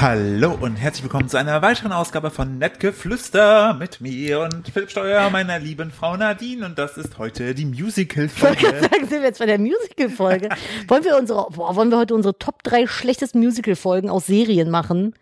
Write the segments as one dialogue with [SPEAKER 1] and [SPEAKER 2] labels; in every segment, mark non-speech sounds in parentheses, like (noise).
[SPEAKER 1] Hallo und herzlich willkommen zu einer weiteren Ausgabe von Nettgeflüster mit mir und Philipp Steuer, meiner lieben Frau Nadine. Und das ist heute die
[SPEAKER 2] Ich wollte gerade
[SPEAKER 1] Musical-Folge.
[SPEAKER 2] (laughs) sagen, sind wir jetzt bei der Musical-Folge. Wollen wir unsere, boah, wollen wir heute unsere Top 3 schlechtesten Musical-Folgen aus Serien machen?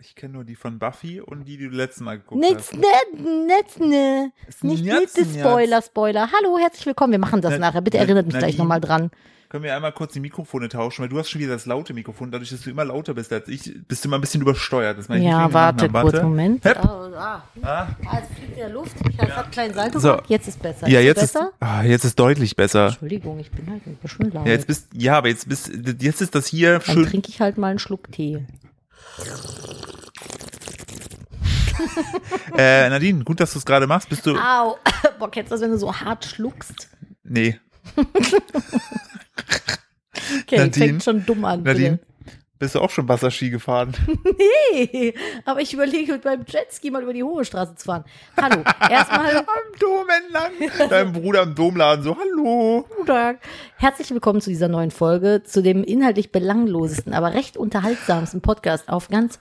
[SPEAKER 1] Ich kenne nur die von Buffy und die, die du letztes Mal geguckt
[SPEAKER 2] Netz,
[SPEAKER 1] hast.
[SPEAKER 2] net, netz, ne.
[SPEAKER 1] Ist
[SPEAKER 2] Nicht,
[SPEAKER 1] Nerz,
[SPEAKER 2] nicht die
[SPEAKER 1] Nerz.
[SPEAKER 2] Spoiler, Spoiler. Hallo, herzlich willkommen. Wir machen das
[SPEAKER 1] Na-
[SPEAKER 2] nachher. Bitte
[SPEAKER 1] Na-
[SPEAKER 2] erinnert mich gleich
[SPEAKER 1] Nadine?
[SPEAKER 2] nochmal dran.
[SPEAKER 1] Können wir einmal kurz die Mikrofone tauschen, weil du hast schon wieder das laute Mikrofon. Dadurch, dass du immer lauter bist als ich, bist du immer ein bisschen übersteuert. Das meine ich nicht
[SPEAKER 2] Ja,
[SPEAKER 1] wegen
[SPEAKER 2] warte
[SPEAKER 1] dem
[SPEAKER 2] kurz,
[SPEAKER 1] Nachnamen.
[SPEAKER 2] Moment.
[SPEAKER 1] Hep.
[SPEAKER 2] Ah,
[SPEAKER 1] Ah,
[SPEAKER 2] ah, es fliegt in der Luft. Ich ja. habe kleinen Salto
[SPEAKER 1] So.
[SPEAKER 2] gemacht. Jetzt ist besser.
[SPEAKER 1] ja,
[SPEAKER 2] Ist
[SPEAKER 1] jetzt ist,
[SPEAKER 2] Äh, besser?
[SPEAKER 1] ah, jetzt ist deutlich besser.
[SPEAKER 2] Entschuldigung, ich bin halt ich bin schon laut.
[SPEAKER 1] Ja, jetzt bist, ja, aber jetzt bist, jetzt ist das hier
[SPEAKER 2] Dann
[SPEAKER 1] schön
[SPEAKER 2] trinke ich halt mal einen Schluck Tee.
[SPEAKER 1] Äh, Nadine, gut, dass du es gerade machst. Bist du.
[SPEAKER 2] Au. (laughs) Boah, kennst du das, wenn du so hart schluckst?
[SPEAKER 1] Nee,
[SPEAKER 2] Okay,
[SPEAKER 1] Nadine?
[SPEAKER 2] fängt schon dumm an. bitte.
[SPEAKER 1] Nadine, bist du auch schon Wasserski gefahren?
[SPEAKER 2] Nee, (laughs) aber ich überlege mit meinem Jetski mal über die hohe Straße zu fahren. Hallo,
[SPEAKER 1] (laughs)
[SPEAKER 2] erstmal
[SPEAKER 1] am Dom
[SPEAKER 2] (laughs)
[SPEAKER 1] entlang. Dein Bruder im Domladen so, hallo.
[SPEAKER 2] guten Tag. Herzlich willkommen zu dieser neuen Folge, zu dem inhaltlich belanglosesten, aber recht unterhaltsamsten Podcast auf ganz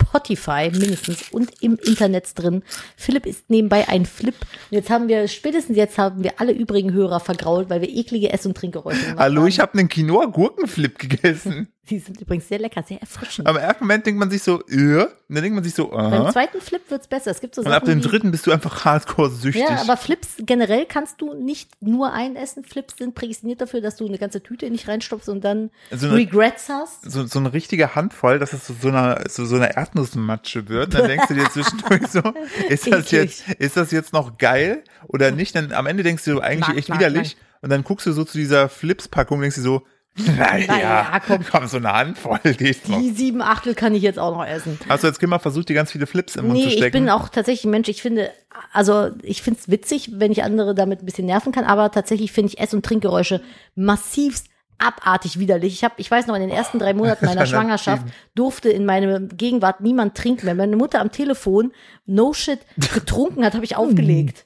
[SPEAKER 2] Spotify mindestens und im Internet drin. Philipp ist nebenbei ein Flip. Und jetzt haben wir, spätestens jetzt haben wir alle übrigen Hörer vergrault, weil wir eklige Ess- und Trinkgeräusche gemacht
[SPEAKER 1] Hallo,
[SPEAKER 2] haben.
[SPEAKER 1] ich habe einen Quinoa Gurkenflip gegessen.
[SPEAKER 2] Die sind übrigens sehr lecker, sehr erfrischend.
[SPEAKER 1] Am ersten Moment denkt man sich so, äh, und dann denkt man sich so,
[SPEAKER 2] Beim
[SPEAKER 1] aha.
[SPEAKER 2] zweiten Flip wird's besser. Es gibt so
[SPEAKER 1] Und ab
[SPEAKER 2] Sachen,
[SPEAKER 1] dem
[SPEAKER 2] die-
[SPEAKER 1] dritten bist du einfach hardcore süchtig.
[SPEAKER 2] Ja, aber Flips generell kannst du nicht nur einen essen. Flips sind prädestiniert dafür, dass du eine ganze Tüte nicht reinstopfst und dann
[SPEAKER 1] Also eine-
[SPEAKER 2] Regrets hast.
[SPEAKER 1] so, so eine richtige Handvoll, dass es zu so einer, zu so einer Erdnussmatsche wird. Und dann denkst du dir zwischendurch
[SPEAKER 2] (laughs)
[SPEAKER 1] so, ist das,
[SPEAKER 2] Eklig.
[SPEAKER 1] jetzt, ist das jetzt noch geil oder nicht? Dann am Ende denkst du eigentlich
[SPEAKER 2] Mag,
[SPEAKER 1] echt
[SPEAKER 2] mag,
[SPEAKER 1] widerlich. Und dann guckst du so zu dieser Flips-Packung und denkst dir so, naja,
[SPEAKER 2] Na ja,
[SPEAKER 1] komm.
[SPEAKER 2] komm.
[SPEAKER 1] so eine Handvoll geht noch.
[SPEAKER 2] Die sieben Achtel kann ich jetzt auch noch essen.
[SPEAKER 1] Hast du als Kind mal versucht, dir ganz viele Flips im Mund
[SPEAKER 2] Nee,
[SPEAKER 1] um zu
[SPEAKER 2] ich
[SPEAKER 1] stecken?
[SPEAKER 2] bin auch tatsächlich ein Mensch, ich finde, also ich finde es witzig, wenn ich andere damit ein bisschen nerven kann, aber tatsächlich finde ich Ess- und Trinkgeräusche massivst abartig widerlich. Ich habe, ich weiß noch, in den ersten drei
[SPEAKER 1] (laughs)
[SPEAKER 2] Monaten meiner Schwangerschaft durfte in meiner Gegenwart niemand trinken. Wenn meine Mutter am Telefon No Shit getrunken hat, habe ich aufgelegt. Ja,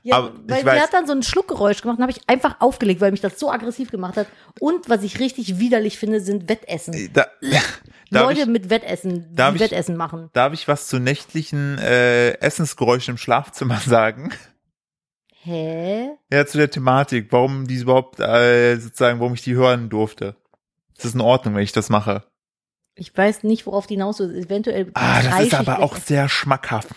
[SPEAKER 1] Hm. Aber ich
[SPEAKER 2] weil
[SPEAKER 1] weiß-
[SPEAKER 2] sie hat dann so ein Schluckgeräusch gemacht und habe ich einfach aufgelegt, weil mich das so aggressiv gemacht hat. Und was ich richtig widerlich finde, sind Wettessen.
[SPEAKER 1] Äh, da, darf,
[SPEAKER 2] Leute
[SPEAKER 1] ich,
[SPEAKER 2] mit Wettessen,
[SPEAKER 1] darf
[SPEAKER 2] die
[SPEAKER 1] ich-
[SPEAKER 2] Wettessen machen.
[SPEAKER 1] darf ich was zu nächtlichen äh, Essensgeräuschen im Schlafzimmer (laughs) sagen?
[SPEAKER 2] Hä?
[SPEAKER 1] Ja, zu der Thematik, warum die überhaupt, äh, sozusagen, warum ich die hören durfte. Ist das in Ordnung, wenn ich das mache?
[SPEAKER 2] Ich weiß nicht, worauf die hinaus will. Eventuell.
[SPEAKER 1] Ah, das ist
[SPEAKER 2] reiche ich
[SPEAKER 1] aber
[SPEAKER 2] gleich-
[SPEAKER 1] auch sehr schmackhaft.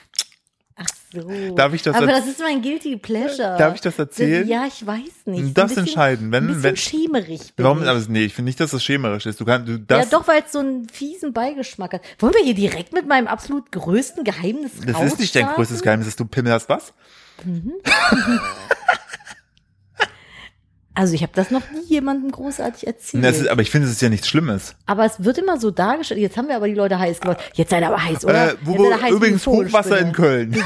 [SPEAKER 2] Ach so.
[SPEAKER 1] Darf ich das
[SPEAKER 2] aber
[SPEAKER 1] erz-
[SPEAKER 2] das ist mein guilty pleasure.
[SPEAKER 1] Darf ich das erzählen?
[SPEAKER 2] Äh, Ja, ich weiß nicht.
[SPEAKER 1] Das
[SPEAKER 2] Ein bisschen-
[SPEAKER 1] entscheiden, wenn-
[SPEAKER 2] ein bisschen
[SPEAKER 1] wenn-
[SPEAKER 2] schemerig. Bin
[SPEAKER 1] Warum?
[SPEAKER 2] ich.
[SPEAKER 1] Aber nee, ich finde nicht, dass das schemerisch ist. Du kannst, du
[SPEAKER 2] ja,
[SPEAKER 1] das.
[SPEAKER 2] doch, weil es so einen fiesen Beigeschmack hat. Wollen wir hier direkt mit meinem absolut größten Geheimnis
[SPEAKER 1] Das ist nicht dein
[SPEAKER 2] rausstarten?
[SPEAKER 1] größtes Geheimnis, dass du Pimmel hast. Was?
[SPEAKER 2] Also ich habe das noch nie jemandem großartig erzählt.
[SPEAKER 1] Das ist, aber ich finde, es ist ja nichts Schlimmes.
[SPEAKER 2] aber es wird immer so dargestellt. Jetzt haben wir aber die Leute heiß gemacht. Jetzt seid ihr aber heiß, oder?
[SPEAKER 1] Äh, wo,
[SPEAKER 2] Jetzt seid ihr heiß wie die
[SPEAKER 1] übrigens Hochwasser
[SPEAKER 2] Vogelspinne.
[SPEAKER 1] in Köln.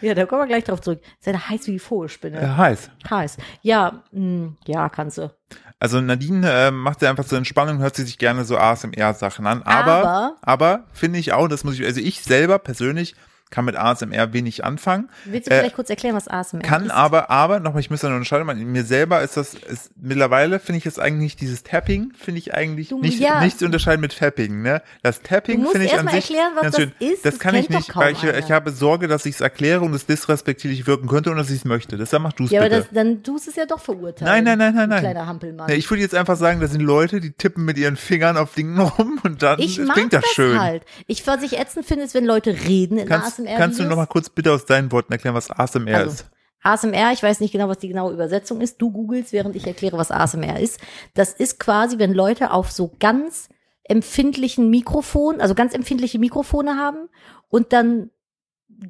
[SPEAKER 2] Ja, da kommen wir gleich drauf zurück. Seid ihr heiß wie die Vogelspinne.
[SPEAKER 1] Ja, heiß.
[SPEAKER 2] Heiß. Ja, mh, ja, kannst du.
[SPEAKER 1] Also Nadine äh, macht ja einfach zur Entspannung, hört sie sich gerne so ASMR-Sachen an. Aber, aber,
[SPEAKER 2] Aber-
[SPEAKER 1] finde ich auch, das muss ich, also ich selber persönlich kann mit ASMR wenig anfangen.
[SPEAKER 2] Willst du
[SPEAKER 1] Äh,
[SPEAKER 2] vielleicht kurz erklären, was ASMR
[SPEAKER 1] Kann
[SPEAKER 2] ist?
[SPEAKER 1] aber, aber, nochmal, ich muss da noch entscheiden, man- mir selber ist das, ist, mittlerweile finde ich es eigentlich, dieses Tapping, finde ich eigentlich
[SPEAKER 2] Du-
[SPEAKER 1] nicht,
[SPEAKER 2] ja.
[SPEAKER 1] nicht zu unterscheiden mit Fapping, ne? Das
[SPEAKER 2] Du
[SPEAKER 1] Tapping
[SPEAKER 2] musst
[SPEAKER 1] finde ich
[SPEAKER 2] erst
[SPEAKER 1] an
[SPEAKER 2] mal
[SPEAKER 1] sich
[SPEAKER 2] erklären, was
[SPEAKER 1] ganz
[SPEAKER 2] das
[SPEAKER 1] schön.
[SPEAKER 2] ist.
[SPEAKER 1] Das
[SPEAKER 2] Das
[SPEAKER 1] kann ich
[SPEAKER 2] kennt doch
[SPEAKER 1] nicht,
[SPEAKER 2] kaum
[SPEAKER 1] weil ich, ich
[SPEAKER 2] einer.
[SPEAKER 1] habe Sorge, dass ich es erkläre und es disrespektierlich wirken könnte und dass ich es möchte. Deshalb mach du es
[SPEAKER 2] Ja, aber
[SPEAKER 1] bitte.
[SPEAKER 2] das, dann tust es ja doch verurteilen.
[SPEAKER 1] Nein, nein, nein, nein,
[SPEAKER 2] du
[SPEAKER 1] nein.
[SPEAKER 2] Kleiner Hampelmann.
[SPEAKER 1] Nee, ich würde jetzt einfach sagen, da sind Leute, die tippen mit ihren Fingern auf Dingen rum (laughs) und dann
[SPEAKER 2] ich mag
[SPEAKER 1] klingt das,
[SPEAKER 2] das
[SPEAKER 1] schön.
[SPEAKER 2] halt. Ich, was ich ätzend finde, ist, wenn Leute reden in
[SPEAKER 1] Kannst,
[SPEAKER 2] ASMR.
[SPEAKER 1] kannst du noch mal kurz bitte aus deinen Worten erklären, was ASMR
[SPEAKER 2] Also,
[SPEAKER 1] ist?
[SPEAKER 2] ASMR, ich weiß nicht genau, was die genaue Übersetzung ist. Du googelst, während ich erkläre, was ASMR ist. Das ist quasi, wenn Leute auf so ganz empfindlichen Mikrofon, also ganz empfindliche Mikrofone haben und dann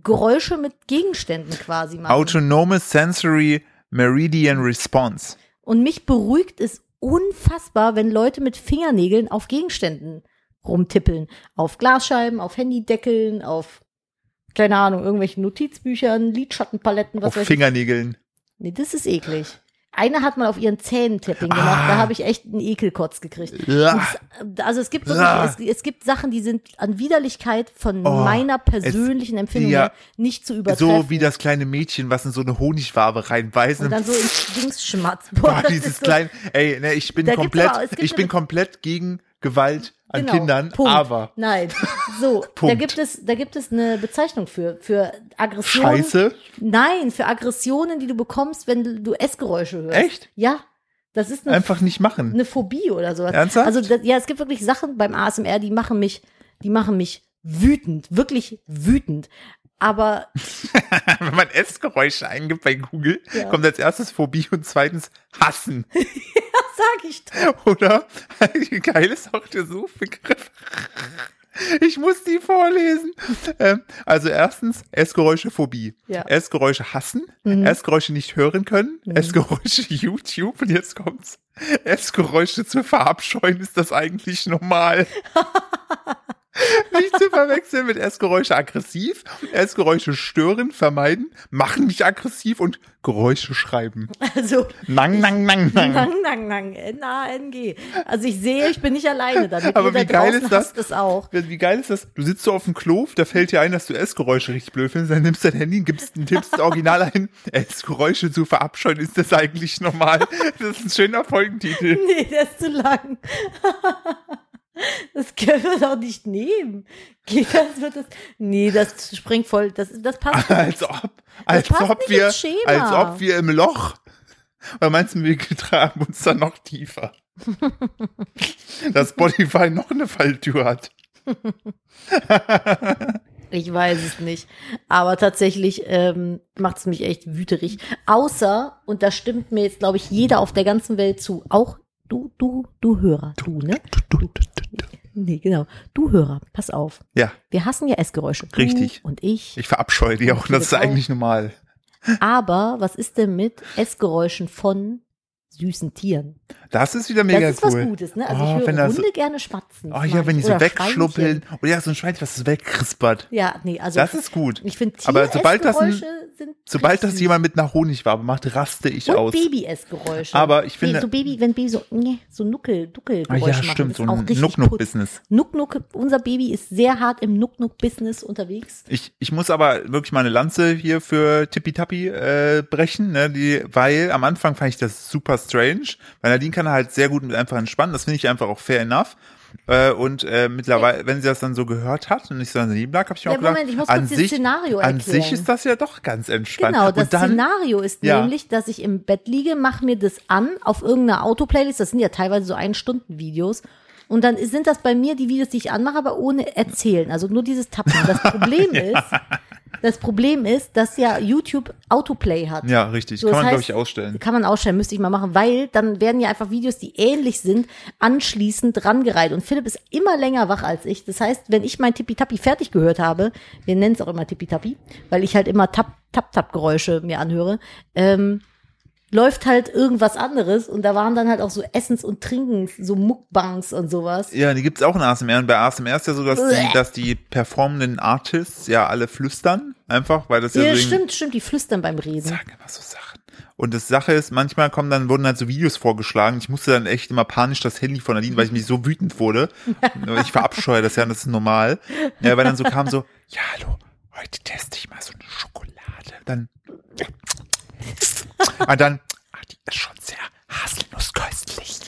[SPEAKER 2] Geräusche mit Gegenständen quasi machen.
[SPEAKER 1] Autonomous Sensory Meridian Response.
[SPEAKER 2] Und mich beruhigt es unfassbar, wenn Leute mit Fingernägeln auf Gegenständen rumtippeln. Auf Glasscheiben, auf Handydeckeln, auf, keine Ahnung, irgendwelchen Notizbüchern, Lidschattenpaletten, was
[SPEAKER 1] auf
[SPEAKER 2] weiß ich.
[SPEAKER 1] Fingernägeln.
[SPEAKER 2] Nee, das ist eklig. Eine hat mal auf ihren Zähnen Tipping gemacht,
[SPEAKER 1] Ah.
[SPEAKER 2] da habe ich echt einen Ekelkotz gekriegt.
[SPEAKER 1] Ja.
[SPEAKER 2] Und es- Also es gibt
[SPEAKER 1] Ah.
[SPEAKER 2] wirklich, es, es gibt Sachen, die sind an Widerlichkeit von
[SPEAKER 1] Oh,
[SPEAKER 2] meiner persönlichen Empfindung
[SPEAKER 1] ja.
[SPEAKER 2] her nicht zu übertreffen.
[SPEAKER 1] So wie das kleine Mädchen, was in so eine Honigwabe reinbeißen.
[SPEAKER 2] und dann so (laughs) ins Dings schmatzt.
[SPEAKER 1] Boah,
[SPEAKER 2] das
[SPEAKER 1] dieses
[SPEAKER 2] ist so-
[SPEAKER 1] kleine, ey, ne, ich bin
[SPEAKER 2] Da gibt's
[SPEAKER 1] komplett,
[SPEAKER 2] aber- es gibt
[SPEAKER 1] ich bin
[SPEAKER 2] eine-
[SPEAKER 1] komplett gegen Gewalt an
[SPEAKER 2] Genau.
[SPEAKER 1] Kindern,
[SPEAKER 2] Punkt.
[SPEAKER 1] aber
[SPEAKER 2] Nein.
[SPEAKER 1] (laughs)
[SPEAKER 2] So, da
[SPEAKER 1] Punkt.
[SPEAKER 2] gibt es, da gibt es eine Bezeichnung für, für Aggressionen.
[SPEAKER 1] Scheiße.
[SPEAKER 2] Nein, für Aggressionen, die du bekommst, wenn du Essgeräusche hörst.
[SPEAKER 1] Echt?
[SPEAKER 2] Ja. Das ist eine,
[SPEAKER 1] Einfach nicht machen.
[SPEAKER 2] eine Phobie oder sowas.
[SPEAKER 1] Ernsthaft?
[SPEAKER 2] Also, das, ja, es gibt wirklich Sachen beim ASMR, die machen mich, die machen mich wütend, wirklich wütend. Aber (laughs)
[SPEAKER 1] (laughs) Wenn man Essgeräusche eingibt bei Google,
[SPEAKER 2] Ja.
[SPEAKER 1] kommt als erstes Phobie und zweitens Hassen.
[SPEAKER 2] das sag ich
[SPEAKER 1] (laughs)
[SPEAKER 2] doch.
[SPEAKER 1] Oder? Geil ist auch der Suchbegriff. (laughs) Ich muss die vorlesen. Ähm, also erstens Essgeräusche Phobie.
[SPEAKER 2] Ja.
[SPEAKER 1] Essgeräusche hassen, Essgeräusche nicht hören können, Essgeräusche (laughs) YouTube und jetzt kommt's. Essgeräusche zu verabscheuen ist das eigentlich normal. nicht zu verwechseln mit Essgeräusche aggressiv, Essgeräusche stören, vermeiden, machen mich aggressiv und Geräusche schreiben.
[SPEAKER 2] Also,
[SPEAKER 1] Nang, nang, nang, nang.
[SPEAKER 2] nang, nang, nang, N-A-N-G. Also, ich sehe, ich bin nicht alleine damit.
[SPEAKER 1] Aber
[SPEAKER 2] Ihr da
[SPEAKER 1] wie geil
[SPEAKER 2] draußen
[SPEAKER 1] ist das?
[SPEAKER 2] hasst es auch.
[SPEAKER 1] Wie geil ist das? Du sitzt so auf dem Klo, da fällt dir ein, dass du Essgeräusche richtig blöd findest, dann nimmst du dein Handy, gibst, tippst das Original ein. Essgeräusche zu verabscheuen, ist das eigentlich normal? Das ist ein schöner Folgentitel.
[SPEAKER 2] (laughs) Nee, der ist zu lang. Das können wir doch nicht nehmen. Geht Das wird das, nee, das springt voll. Das, das passt.
[SPEAKER 1] Als ob, als
[SPEAKER 2] passt
[SPEAKER 1] ob
[SPEAKER 2] nicht
[SPEAKER 1] wir,
[SPEAKER 2] ins Schema.
[SPEAKER 1] als ob wir im Loch. Weil meinst du, wir tragen uns dann noch tiefer? Dass Spotify noch eine Falltür hat.
[SPEAKER 2] Ich weiß es nicht. Aber tatsächlich ähm, macht es mich echt wüterig. Außer, und da stimmt mir jetzt, glaube ich, jeder auf der ganzen Welt zu. Auch du, du, du Hörer. Du, ne? Nee, genau. Du Hörer, pass auf.
[SPEAKER 1] Ja,
[SPEAKER 2] Wir hassen ja Essgeräusche. Du
[SPEAKER 1] Richtig.
[SPEAKER 2] Und ich.
[SPEAKER 1] ich verabscheue die auch, das ist eigentlich normal.
[SPEAKER 2] Aber was ist denn mit Essgeräuschen von süßen Tieren?
[SPEAKER 1] Das ist wieder mega
[SPEAKER 2] das ist
[SPEAKER 1] cool.
[SPEAKER 2] was Gutes, ne? Also
[SPEAKER 1] Oh,
[SPEAKER 2] ich höre
[SPEAKER 1] wenn das-
[SPEAKER 2] Hunde gerne schmatzen.
[SPEAKER 1] Oh
[SPEAKER 2] das
[SPEAKER 1] ja,
[SPEAKER 2] mag
[SPEAKER 1] wenn die
[SPEAKER 2] ich.
[SPEAKER 1] so
[SPEAKER 2] Oder
[SPEAKER 1] wegschnuppeln.
[SPEAKER 2] Schweinchen.
[SPEAKER 1] Oder so ein Schweinchen, was so wegkrispert.
[SPEAKER 2] Ja, nee, also
[SPEAKER 1] Das ist gut.
[SPEAKER 2] ich finde
[SPEAKER 1] aber sobald das ein-
[SPEAKER 2] Tieressgeräusche sind
[SPEAKER 1] Sobald das
[SPEAKER 2] süß.
[SPEAKER 1] jemand mit nach Honigwabe macht, raste ich
[SPEAKER 2] und
[SPEAKER 1] aus.
[SPEAKER 2] Babyessgeräusche.
[SPEAKER 1] Aber ich finde-
[SPEAKER 2] Nee, so Baby, wenn Baby so nee, so Nuckel,
[SPEAKER 1] Ah,
[SPEAKER 2] Duckelgeräusche
[SPEAKER 1] ja,
[SPEAKER 2] machen,
[SPEAKER 1] stimmt,
[SPEAKER 2] ist
[SPEAKER 1] so
[SPEAKER 2] auch
[SPEAKER 1] ein
[SPEAKER 2] richtig putz.
[SPEAKER 1] Nuck-Nuck-Business.
[SPEAKER 2] Nuck-Nuck, unser Baby ist sehr hart im Nuck-Nuck-Business unterwegs.
[SPEAKER 1] Ich, ich muss aber wirklich meine Lanze hier für Tippitappi äh, brechen, ne? Die, weil am Anfang fand ich das super strange, weil Nadine kann halt sehr gut mit einfach entspannen. Das finde ich einfach auch fair enough. Äh, und äh, mittlerweile, wenn sie das dann so gehört hat und nicht so daneben lag, habe ich mir
[SPEAKER 2] Ja,
[SPEAKER 1] auch gedacht,
[SPEAKER 2] Moment, ich muss
[SPEAKER 1] an,
[SPEAKER 2] kurz das
[SPEAKER 1] sich,
[SPEAKER 2] Szenario
[SPEAKER 1] an
[SPEAKER 2] erklären.
[SPEAKER 1] sich ist das ja doch ganz entspannt.
[SPEAKER 2] Genau, das
[SPEAKER 1] und dann,
[SPEAKER 2] Szenario ist
[SPEAKER 1] Ja.
[SPEAKER 2] nämlich, dass ich im Bett liege, mache mir das an auf irgendeiner Autoplaylist. Das sind ja teilweise so Ein-Stunden-Videos. Und dann sind das bei mir die Videos, die ich anmache, aber ohne Erzählen. Also nur dieses Tappen. Das
[SPEAKER 1] (laughs)
[SPEAKER 2] Problem ist, das Problem ist, dass ja YouTube Autoplay hat.
[SPEAKER 1] Ja, richtig.
[SPEAKER 2] So,
[SPEAKER 1] Kann
[SPEAKER 2] das
[SPEAKER 1] man, glaube
[SPEAKER 2] heißt,
[SPEAKER 1] ich, ausstellen.
[SPEAKER 2] Kann man ausstellen, müsste ich mal machen, weil dann werden ja einfach Videos, die ähnlich sind, anschließend rangereiht. Und Philipp ist immer länger wach als ich. Das heißt, wenn ich mein Tippitappi fertig gehört habe, wir nennen es auch immer Tippitappi, weil ich halt immer Tap-Tap-Tap-Geräusche mir anhöre, ähm, läuft halt irgendwas anderes. Und da waren dann halt auch so Essens- und Trinkens, so Mukbangs und sowas.
[SPEAKER 1] Ja, die gibt's auch in ASMR. Und bei ASMR ist ja so, dass die,
[SPEAKER 2] Bleh.
[SPEAKER 1] dass die performenden Artists ja alle flüstern. Einfach, weil das ja,
[SPEAKER 2] Ja,
[SPEAKER 1] so
[SPEAKER 2] stimmt, stimmt, die flüstern beim Reden.
[SPEAKER 1] sagen immer so Sachen. Und das Sache ist, manchmal kommen dann, wurden halt so Videos vorgeschlagen. Ich musste dann echt immer panisch das Handy von Nadine, weil ich mich so wütend
[SPEAKER 2] (laughs)
[SPEAKER 1] wurde. Ich verabscheue das ja, und das ist normal. Ja, weil dann so kam so, ja, hallo, heute teste ich mal so eine Schokolade. Dann, und dann, ah, die ist schon sehr haselnussköstlich.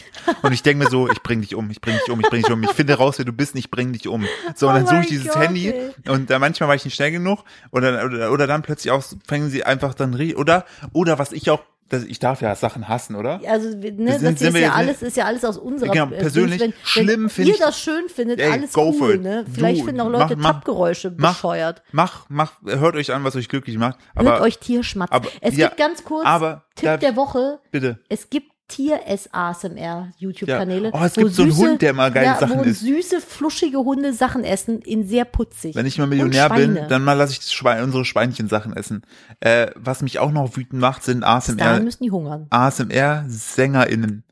[SPEAKER 1] Und ich denke mir so, ich bring dich um, ich bring dich um, ich bring dich um. Ich finde raus, wer du bist, und ich bring dich um. So, und
[SPEAKER 2] Oh
[SPEAKER 1] dann suche ich
[SPEAKER 2] mein
[SPEAKER 1] dieses
[SPEAKER 2] Gott,
[SPEAKER 1] Handy
[SPEAKER 2] ey.
[SPEAKER 1] und da manchmal war ich nicht schnell genug oder, oder, oder dann plötzlich auch fangen sie einfach dann ri- oder oder was ich auch das, ich darf ja Sachen hassen, oder?
[SPEAKER 2] Also, ne, das
[SPEAKER 1] sind-
[SPEAKER 2] hier
[SPEAKER 1] sind
[SPEAKER 2] ist
[SPEAKER 1] wir jetzt
[SPEAKER 2] ja
[SPEAKER 1] nicht-
[SPEAKER 2] alles, ist ja alles aus unserer
[SPEAKER 1] Genau,
[SPEAKER 2] äh,
[SPEAKER 1] persönlich
[SPEAKER 2] Sicht. wenn,
[SPEAKER 1] schlimm
[SPEAKER 2] wenn
[SPEAKER 1] finde
[SPEAKER 2] ihr
[SPEAKER 1] ich-
[SPEAKER 2] das schön findet,
[SPEAKER 1] Ey,
[SPEAKER 2] alles
[SPEAKER 1] go
[SPEAKER 2] cool,
[SPEAKER 1] for it.
[SPEAKER 2] ne?
[SPEAKER 1] Du,
[SPEAKER 2] Vielleicht finden auch Leute
[SPEAKER 1] mach- mach-
[SPEAKER 2] Tappgeräusche
[SPEAKER 1] mach-
[SPEAKER 2] bescheuert.
[SPEAKER 1] Mach, mach, hört euch an, was euch glücklich macht. Aber
[SPEAKER 2] Hört euch Tierschmatz.
[SPEAKER 1] aber-
[SPEAKER 2] es
[SPEAKER 1] ja,
[SPEAKER 2] gibt ganz kurz
[SPEAKER 1] aber da-
[SPEAKER 2] Tipp der Woche.
[SPEAKER 1] bitte.
[SPEAKER 2] Es gibt Tier-S-ASMR YouTube-Kanäle.
[SPEAKER 1] Ja. Oh, es
[SPEAKER 2] wo
[SPEAKER 1] gibt so einen Hund, der immer geile
[SPEAKER 2] ja,
[SPEAKER 1] Sachen
[SPEAKER 2] wo
[SPEAKER 1] isst.
[SPEAKER 2] süße, fluschige Hunde Sachen essen, in sehr putzig.
[SPEAKER 1] Wenn ich mal
[SPEAKER 2] Und
[SPEAKER 1] Millionär bin,
[SPEAKER 2] Schweine.
[SPEAKER 1] dann mal lasse ich das Schwein, unsere Schweinchen-Sachen essen. Äh, was mich auch noch wütend macht, sind
[SPEAKER 2] Daran
[SPEAKER 1] ASMR,
[SPEAKER 2] müssen die hungern.
[SPEAKER 1] ASMR-SängerInnen.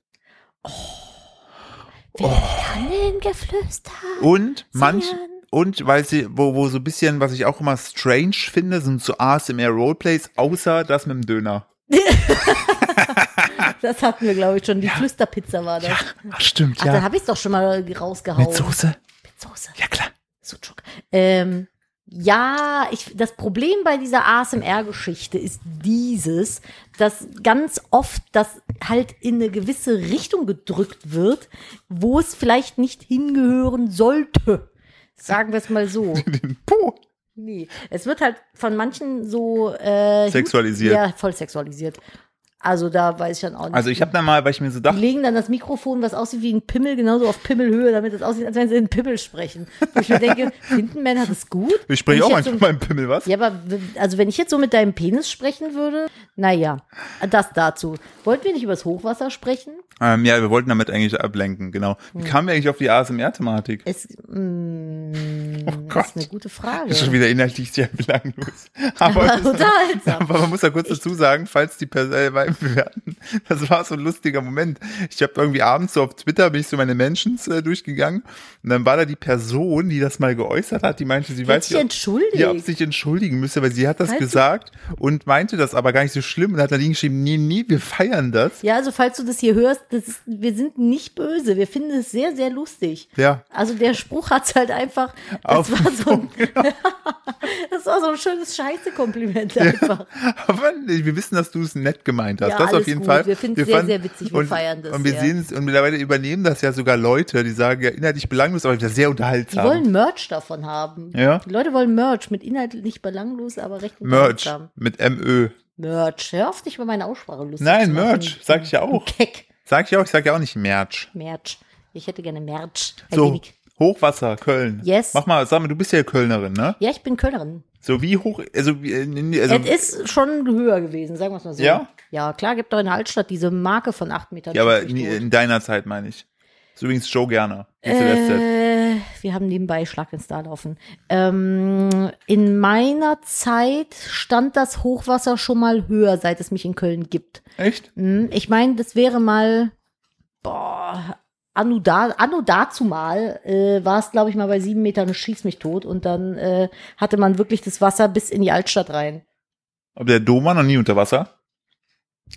[SPEAKER 1] Oh.
[SPEAKER 2] Tannengeflüster. Ah,
[SPEAKER 1] Und manch
[SPEAKER 2] Singen.
[SPEAKER 1] und weil sie wo wo so ein bisschen was ich auch immer strange finde sind so ASMR Roleplays außer das mit dem Döner.
[SPEAKER 2] Das hatten wir, glaube ich, schon. Die Flüsterpizza war das.
[SPEAKER 1] Ach, stimmt,
[SPEAKER 2] Ach, dann habe ich es doch schon mal rausgehauen.
[SPEAKER 1] Soße?
[SPEAKER 2] Mit Soße.
[SPEAKER 1] Ja, klar.
[SPEAKER 2] Sucuk. Ähm, Ja, ich, das Problem bei dieser ASMR-Geschichte ist dieses, dass ganz oft das halt in eine gewisse Richtung gedrückt wird, wo es vielleicht nicht hingehören sollte. Sagen wir es mal
[SPEAKER 1] (laughs)
[SPEAKER 2] so.
[SPEAKER 1] Den Po.
[SPEAKER 2] Nee. Es wird halt von manchen so äh,
[SPEAKER 1] Sexualisiert.
[SPEAKER 2] Ja, voll sexualisiert. Also da weiß ich dann auch nicht.
[SPEAKER 1] Also ich habe da mal, weil ich mir so
[SPEAKER 2] die
[SPEAKER 1] dachte,
[SPEAKER 2] legen dann das Mikrofon, was aussieht wie ein Pimmel, genauso auf Pimmelhöhe, damit es aussieht, als wenn sie in Pimmel sprechen. Wo ich mir denke, (laughs) finden Männer das gut?
[SPEAKER 1] ich spreche auch
[SPEAKER 2] Wenn jetzt
[SPEAKER 1] manchmal
[SPEAKER 2] so,
[SPEAKER 1] meinem Pimmel was.
[SPEAKER 2] Ja, aber w- also wenn ich jetzt so mit deinem Penis sprechen würde, naja, das dazu. Wollten wir nicht über das Hochwasser sprechen?
[SPEAKER 1] Ähm, ja, wir wollten damit eigentlich ablenken, genau. Wie kamen wir eigentlich auf die ASMR-Thematik?
[SPEAKER 2] Hm. Es, mm,
[SPEAKER 1] Oh Gott.
[SPEAKER 2] ist eine gute Frage.
[SPEAKER 1] Ist schon wieder inhaltlich sehr
[SPEAKER 2] (laughs)
[SPEAKER 1] belanglos. (laughs) Aber,
[SPEAKER 2] Aber
[SPEAKER 1] es ist-
[SPEAKER 2] unterhaltsam.
[SPEAKER 1] aber man muss ja kurz dazu sagen, falls die Person, weil wir hatten, (laughs) das war so ein lustiger Moment. Ich habe irgendwie abends so auf Twitter bin ich so meine Mentions äh, durchgegangen und dann war da die Person, die das mal geäußert hat, die meinte, sie weiß
[SPEAKER 2] sich
[SPEAKER 1] nicht, ob-
[SPEAKER 2] entschuldigt.
[SPEAKER 1] Ja, ob sie sich entschuldigen müsste, weil sie hat das
[SPEAKER 2] Falls du-
[SPEAKER 1] gesagt und meinte das aber gar nicht so schlimm und hat dann geschrieben, nee, nee, wir feiern
[SPEAKER 2] (laughs)
[SPEAKER 1] das.
[SPEAKER 2] Ja, also falls du das hier hörst, das ist, wir sind nicht böse. Wir finden es sehr, sehr lustig.
[SPEAKER 1] Ja.
[SPEAKER 2] Also der Spruch hat's halt einfach. Das
[SPEAKER 1] Auf genau. den
[SPEAKER 2] war so ein, (laughs) das war so ein schönes Scheiße-Kompliment einfach.
[SPEAKER 1] Aber wir wissen, dass du es nett gemeint hast.
[SPEAKER 2] Ja,
[SPEAKER 1] das auf
[SPEAKER 2] alles
[SPEAKER 1] jeden
[SPEAKER 2] gut.
[SPEAKER 1] Fall.
[SPEAKER 2] Wir finden's sehr,
[SPEAKER 1] fanden-
[SPEAKER 2] sehr witzig. Wir
[SPEAKER 1] und,
[SPEAKER 2] feiern das
[SPEAKER 1] Und wir
[SPEAKER 2] sehr.
[SPEAKER 1] sehen es und mittlerweile übernehmen das ja sogar Leute, die sagen, ja, inhaltlich belanglos, aber wieder sehr
[SPEAKER 2] Die
[SPEAKER 1] unterhaltsam.
[SPEAKER 2] wollen Merch davon haben.
[SPEAKER 1] Ja.
[SPEAKER 2] Die Leute wollen Merch mit Inhalt nicht belanglos, aber recht
[SPEAKER 1] Merch
[SPEAKER 2] unterhaltsam.
[SPEAKER 1] mit MÖ.
[SPEAKER 2] Merch. Hör auf, dich über meine Aussprache lustig
[SPEAKER 1] Nein,
[SPEAKER 2] zu machen.
[SPEAKER 1] Merch, sag ich ja
[SPEAKER 2] Du
[SPEAKER 1] auch.
[SPEAKER 2] Keck.
[SPEAKER 1] Sag ich auch, ich sag ja auch nicht Merch.
[SPEAKER 2] Merch. Ich hätte gerne Merch. Ein
[SPEAKER 1] So,
[SPEAKER 2] wenig.
[SPEAKER 1] Hochwasser, Köln.
[SPEAKER 2] Yes.
[SPEAKER 1] Mach mal, sag mal, du bist ja Kölnerin, ne?
[SPEAKER 2] Ja, ich bin Kölnerin.
[SPEAKER 1] So wie hoch, also, wie- äh, also
[SPEAKER 2] Es ist schon höher gewesen, sagen wir es mal so.
[SPEAKER 1] Ja?
[SPEAKER 2] Ja, klar, gibt doch in der Altstadt diese Marke von 8 Metern.
[SPEAKER 1] ja, aber
[SPEAKER 2] 50
[SPEAKER 1] in,
[SPEAKER 2] groß.
[SPEAKER 1] in deiner Zeit meine ich. Ist übrigens Joe Gerner. Jetzt arrested.
[SPEAKER 2] äh, wir haben nebenbei Schlag ins Star laufen. Ähm, in meiner Zeit stand das Hochwasser schon mal höher, seit es mich in Köln gibt.
[SPEAKER 1] Echt?
[SPEAKER 2] Hm, Ich meine, das wäre mal, boah, anno, da, anno dazu mal, äh, war es, glaube ich, mal bei sieben Metern schieß mich tot und dann äh, hatte man wirklich das Wasser bis in die Altstadt rein.
[SPEAKER 1] Aber der Dom war noch nie unter Wasser.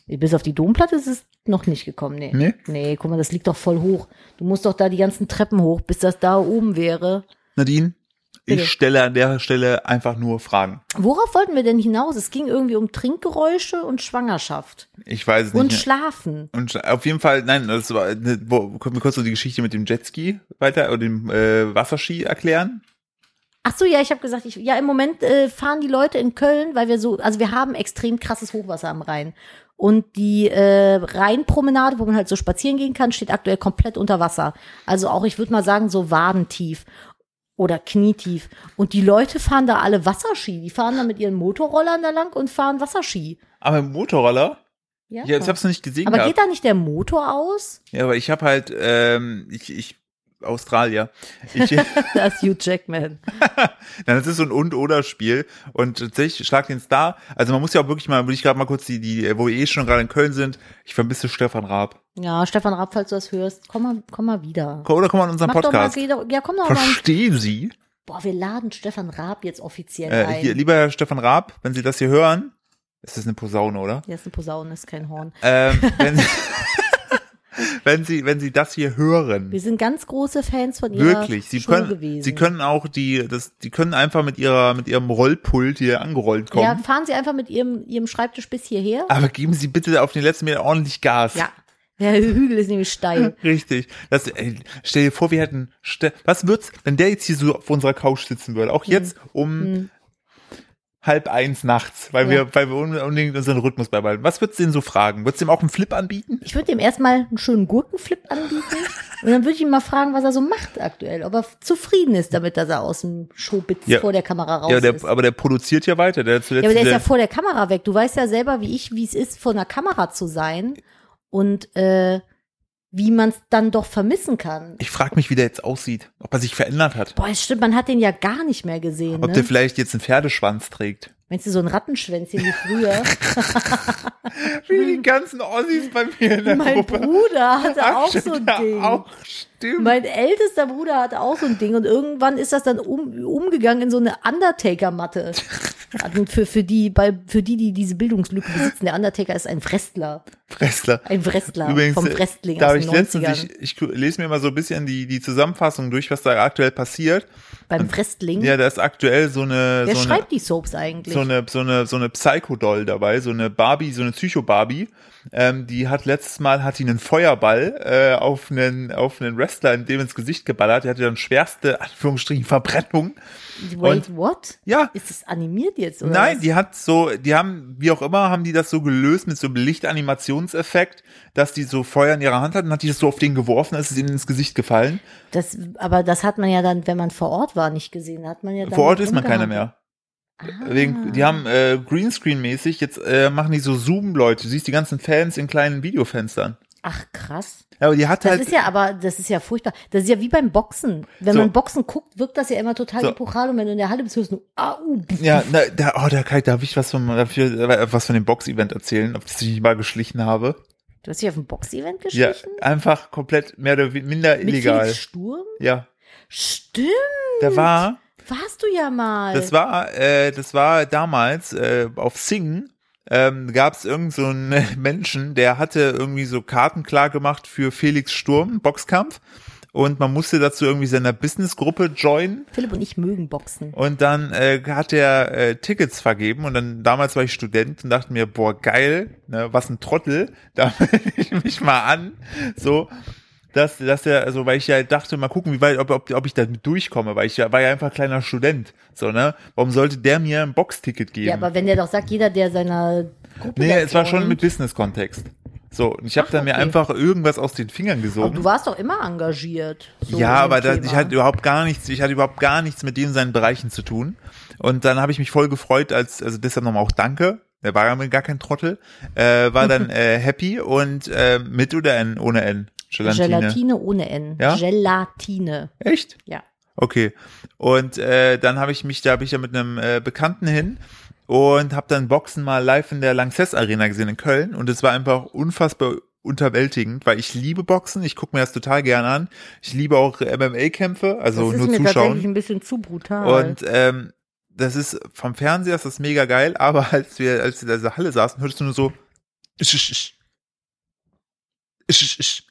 [SPEAKER 2] Bis auf die Domplatte ist es noch nicht gekommen, nee.
[SPEAKER 1] Nee?
[SPEAKER 2] Nee, guck mal, das liegt doch voll hoch. Du musst doch da die ganzen Treppen hoch, bis das da oben wäre.
[SPEAKER 1] Nadine,
[SPEAKER 2] Bitte.
[SPEAKER 1] ich stelle an der Stelle einfach nur Fragen.
[SPEAKER 2] Worauf wollten wir denn hinaus? Es ging irgendwie um Trinkgeräusche und Schwangerschaft
[SPEAKER 1] Ich weiß es nicht.
[SPEAKER 2] und
[SPEAKER 1] mehr.
[SPEAKER 2] Schlafen.
[SPEAKER 1] Und sch- auf jeden Fall, nein, das war, ne, wo, können wir kurz so die Geschichte mit dem Jetski weiter oder dem äh, Wasserski erklären?
[SPEAKER 2] Ach so, ja, ich habe gesagt, ich, ja, im Moment äh, fahren die Leute in Köln, weil wir so, also wir haben extrem krasses Hochwasser am Rhein. Und die äh, Rheinpromenade, wo man halt so spazieren gehen kann, steht aktuell komplett unter Wasser. Also auch, ich würde mal sagen, so wadentief oder knietief. Und die Leute fahren da alle Wasserski. Die fahren da mit ihren Motorrollern da lang und fahren Wasserski.
[SPEAKER 1] Aber im Motorroller? Ja, jetzt hab's noch nicht gesehen
[SPEAKER 2] Aber
[SPEAKER 1] gehabt.
[SPEAKER 2] geht da nicht der Motor aus?
[SPEAKER 1] ja, aber ich habe halt, ähm, ich, ich, Australier. Ich, nein,
[SPEAKER 2] (laughs) Das ist Hugh Jackman.
[SPEAKER 1] das ist so ein Und-Oder-Spiel. Und tatsächlich, Schlag den Star. Also man muss ja auch wirklich mal, will ich gerade mal kurz die, die, wo wir eh schon gerade in Köln sind, ich vermisse Stefan Raab.
[SPEAKER 2] Ja, Stefan Rapp, falls du das hörst, komm mal, komm mal wieder.
[SPEAKER 1] Komm- Oder komm mal in unseren
[SPEAKER 2] Mach doch mal,
[SPEAKER 1] Podcast.
[SPEAKER 2] geh doch, ja, komm doch mal.
[SPEAKER 1] Verstehen Sie?
[SPEAKER 2] Boah, wir laden Stefan Raab jetzt offiziell
[SPEAKER 1] Äh,
[SPEAKER 2] ein.
[SPEAKER 1] hier, lieber Herr Stefan Raab, wenn Sie das hier hören, ist das eine Posaune, oder?
[SPEAKER 2] Der ist eine Posaune, ist kein Horn. (laughs)
[SPEAKER 1] Ähm, wenn, wenn Sie, wenn Sie das hier hören,
[SPEAKER 2] Wir sind ganz große Fans von ihrer
[SPEAKER 1] wirklich, Sie
[SPEAKER 2] Show
[SPEAKER 1] können,
[SPEAKER 2] gewesen.
[SPEAKER 1] Sie können auch die, das, die können einfach mit ihrer, mit ihrem Rollpult hier angerollt kommen.
[SPEAKER 2] ja, fahren Sie einfach mit Ihrem, Ihrem Schreibtisch bis hierher.
[SPEAKER 1] Aber geben Sie bitte auf den letzten Meter ordentlich Gas.
[SPEAKER 2] Ja. Der Hügel ist nämlich steil.
[SPEAKER 1] Richtig. Das, ey, stell dir vor, wir hätten, ste- was wird's, wenn der jetzt hier so auf unserer Couch sitzen würde,
[SPEAKER 2] Hm.
[SPEAKER 1] auch jetzt um halb eins nachts, weil
[SPEAKER 2] Ja.
[SPEAKER 1] wir, weil wir unbedingt unseren Rhythmus beibehalten. Was würdest du denn so fragen? Würdest du ihm auch einen Flip anbieten?
[SPEAKER 2] Ich würde ihm erstmal einen schönen Gurkenflip anbieten und dann würde ich ihm mal fragen, was er so macht aktuell. Ob er zufrieden ist damit, dass er aus dem Showbiz
[SPEAKER 1] Ja.
[SPEAKER 2] vor der Kamera raus
[SPEAKER 1] Ja, der,
[SPEAKER 2] ist.
[SPEAKER 1] aber der produziert ja weiter. Der hat zuletzt
[SPEAKER 2] Ja, aber der ist
[SPEAKER 1] wieder-
[SPEAKER 2] ja vor der Kamera weg. Du weißt ja selber, wie ich, wie es ist, vor einer Kamera zu sein und äh, wie man es dann doch vermissen kann.
[SPEAKER 1] Ich frage mich, wie der jetzt aussieht, ob er sich verändert hat.
[SPEAKER 2] Boah, es stimmt, man hat den ja gar nicht mehr gesehen.
[SPEAKER 1] Ob der
[SPEAKER 2] Ne?
[SPEAKER 1] vielleicht jetzt einen Pferdeschwanz trägt.
[SPEAKER 2] Meinst du so ein Rattenschwänzchen wie
[SPEAKER 1] (laughs)
[SPEAKER 2] früher?
[SPEAKER 1] Wie die ganzen Ossis bei mir in der
[SPEAKER 2] mein
[SPEAKER 1] Hm. Gruppe.
[SPEAKER 2] Bruder hatte auch so
[SPEAKER 1] Genau.
[SPEAKER 2] ein
[SPEAKER 1] stimmt, ja,
[SPEAKER 2] Ding.
[SPEAKER 1] Auch stimmt.
[SPEAKER 2] Mein ältester Bruder hatte auch so ein Ding und irgendwann ist das dann um, umgegangen in so eine Undertaker-Matte. Also Für, für, die, bei, für die, die diese Bildungslücke besitzen, der Undertaker ist ein Frestler.
[SPEAKER 1] Fressler.
[SPEAKER 2] Ein Wrestler
[SPEAKER 1] Übrigens,
[SPEAKER 2] vom
[SPEAKER 1] äh,
[SPEAKER 2] Wrestling
[SPEAKER 1] Da
[SPEAKER 2] aus
[SPEAKER 1] habe ich
[SPEAKER 2] den
[SPEAKER 1] letztens,
[SPEAKER 2] 90ern.
[SPEAKER 1] ich, ich lese mir immer so ein bisschen die, die Zusammenfassung durch, was da aktuell passiert.
[SPEAKER 2] Beim Wrestling.
[SPEAKER 1] ähm, Ja, da ist aktuell so eine,
[SPEAKER 2] Wer
[SPEAKER 1] so eine,
[SPEAKER 2] schreibt die Soaps eigentlich?
[SPEAKER 1] so eine, so eine, so eine Psycho-Doll dabei, so eine Barbie, so eine Psycho-Barbie. Ähm, die hat letztes Mal, hat die einen Feuerball äh, auf, einen, auf einen Wrestler in dem ins Gesicht geballert. Die hatte dann schwerste, Anführungsstrichen, Verbrennung.
[SPEAKER 2] Wait, what?
[SPEAKER 1] Ja.
[SPEAKER 2] Ist es animiert jetzt? Oder
[SPEAKER 1] Nein,
[SPEAKER 2] was?
[SPEAKER 1] die hat so, die haben, wie auch immer, haben die das so gelöst mit so einem Lichtanimationseffekt, dass die so Feuer in ihrer Hand hat und hat die das so auf den geworfen, dann ist es ihm ins Gesicht gefallen.
[SPEAKER 2] Das, aber das hat man ja dann, wenn man vor Ort war, nicht gesehen. Da Hat man ja dann
[SPEAKER 1] Vor Ort
[SPEAKER 2] mit
[SPEAKER 1] ist man keiner
[SPEAKER 2] rumgehangen.
[SPEAKER 1] mehr.
[SPEAKER 2] Ah.
[SPEAKER 1] Wegen, die haben äh, Greenscreen-mäßig, jetzt äh, machen die so Zoom-Leute. Du siehst die ganzen Fans in kleinen Videofenstern.
[SPEAKER 2] Ach krass.
[SPEAKER 1] Ja, aber die hat
[SPEAKER 2] Das
[SPEAKER 1] halt.
[SPEAKER 2] ist ja aber, das ist ja furchtbar. Das ist ja wie beim Boxen. Wenn
[SPEAKER 1] So.
[SPEAKER 2] man Boxen guckt, wirkt das ja immer total
[SPEAKER 1] So.
[SPEAKER 2] epochal und wenn du in der Halle bist, hörst du, ah, uh, pff.
[SPEAKER 1] Ja, na, da, oh, da, kann ich- da habe ich was von, dafür, äh, was von dem Box-Event erzählen, auf das ich mich mal geschlichen habe.
[SPEAKER 2] du hast dich auf ein Boxevent
[SPEAKER 1] Ja,
[SPEAKER 2] geschlichen?
[SPEAKER 1] einfach komplett mehr oder minder
[SPEAKER 2] Mit
[SPEAKER 1] illegal.
[SPEAKER 2] Felix Sturm?
[SPEAKER 1] Ja,
[SPEAKER 2] Stimmt,
[SPEAKER 1] da war,
[SPEAKER 2] warst du ja mal.
[SPEAKER 1] Das war, äh, das war damals äh, auf Sing. Ähm, gab es irgendeinen so einen (laughs) Menschen, der hatte irgendwie so Karten klar gemacht für Felix Sturm, Boxkampf. Und man musste dazu irgendwie seiner Businessgruppe joinen.
[SPEAKER 2] Philipp und ich mögen Boxen.
[SPEAKER 1] Und dann äh, hat er äh, Tickets vergeben. Und dann damals war ich Student und dachte mir, boah, geil, ne, was ein Trottel, (laughs) da melde ich mich mal an. So. Dass, dass er, also weil ich ja dachte, mal gucken, wie weit, ob, ob, ob ich damit durchkomme, weil ich ja, war ja einfach kleiner Student. So, ne? Warum sollte der mir ein Boxticket geben?
[SPEAKER 2] Ja, aber wenn der doch sagt, jeder, der seiner Gruppe.
[SPEAKER 1] nee,
[SPEAKER 2] da
[SPEAKER 1] es war schon
[SPEAKER 2] joint-
[SPEAKER 1] mit Business-Kontext. So, und ich habe
[SPEAKER 2] Ach,
[SPEAKER 1] dann mir
[SPEAKER 2] okay.
[SPEAKER 1] einfach irgendwas aus den Fingern gesogen.
[SPEAKER 2] Aber Oh, du warst doch immer engagiert. so in
[SPEAKER 1] ja,
[SPEAKER 2] dem
[SPEAKER 1] aber da,
[SPEAKER 2] Thema.
[SPEAKER 1] ich hatte überhaupt gar nichts, ich hatte überhaupt gar nichts mit denen seinen Bereichen zu tun. Und dann habe ich mich voll gefreut, als, also deshalb nochmal auch Danke. Der war ja mir gar kein Trottel. Äh, war
[SPEAKER 2] (laughs)
[SPEAKER 1] dann äh, happy und äh, mit oder N ohne N? Gelatine.
[SPEAKER 2] Gelatine ohne N.
[SPEAKER 1] Ja?
[SPEAKER 2] Gelatine.
[SPEAKER 1] Echt?
[SPEAKER 2] Ja.
[SPEAKER 1] Okay. Und äh, dann habe ich mich, da bin ich ja mit einem äh, Bekannten hin und habe dann Boxen mal live in der Lanxess Arena gesehen in Köln und es war einfach unfassbar unterwältigend, weil ich liebe Boxen, ich gucke mir das total gerne an. Ich liebe auch MMA-Kämpfe, also
[SPEAKER 2] das ist
[SPEAKER 1] nur
[SPEAKER 2] mir
[SPEAKER 1] zuschauen.
[SPEAKER 2] tatsächlich ein bisschen zu brutal.
[SPEAKER 1] Und ähm, das ist vom Fernseher ist das mega geil, aber (laughs) als wir als wir in dieser Halle saßen, hörtest du nur so "Isch, isch, isch. Isch, isch,
[SPEAKER 2] (laughs)
[SPEAKER 1] isch."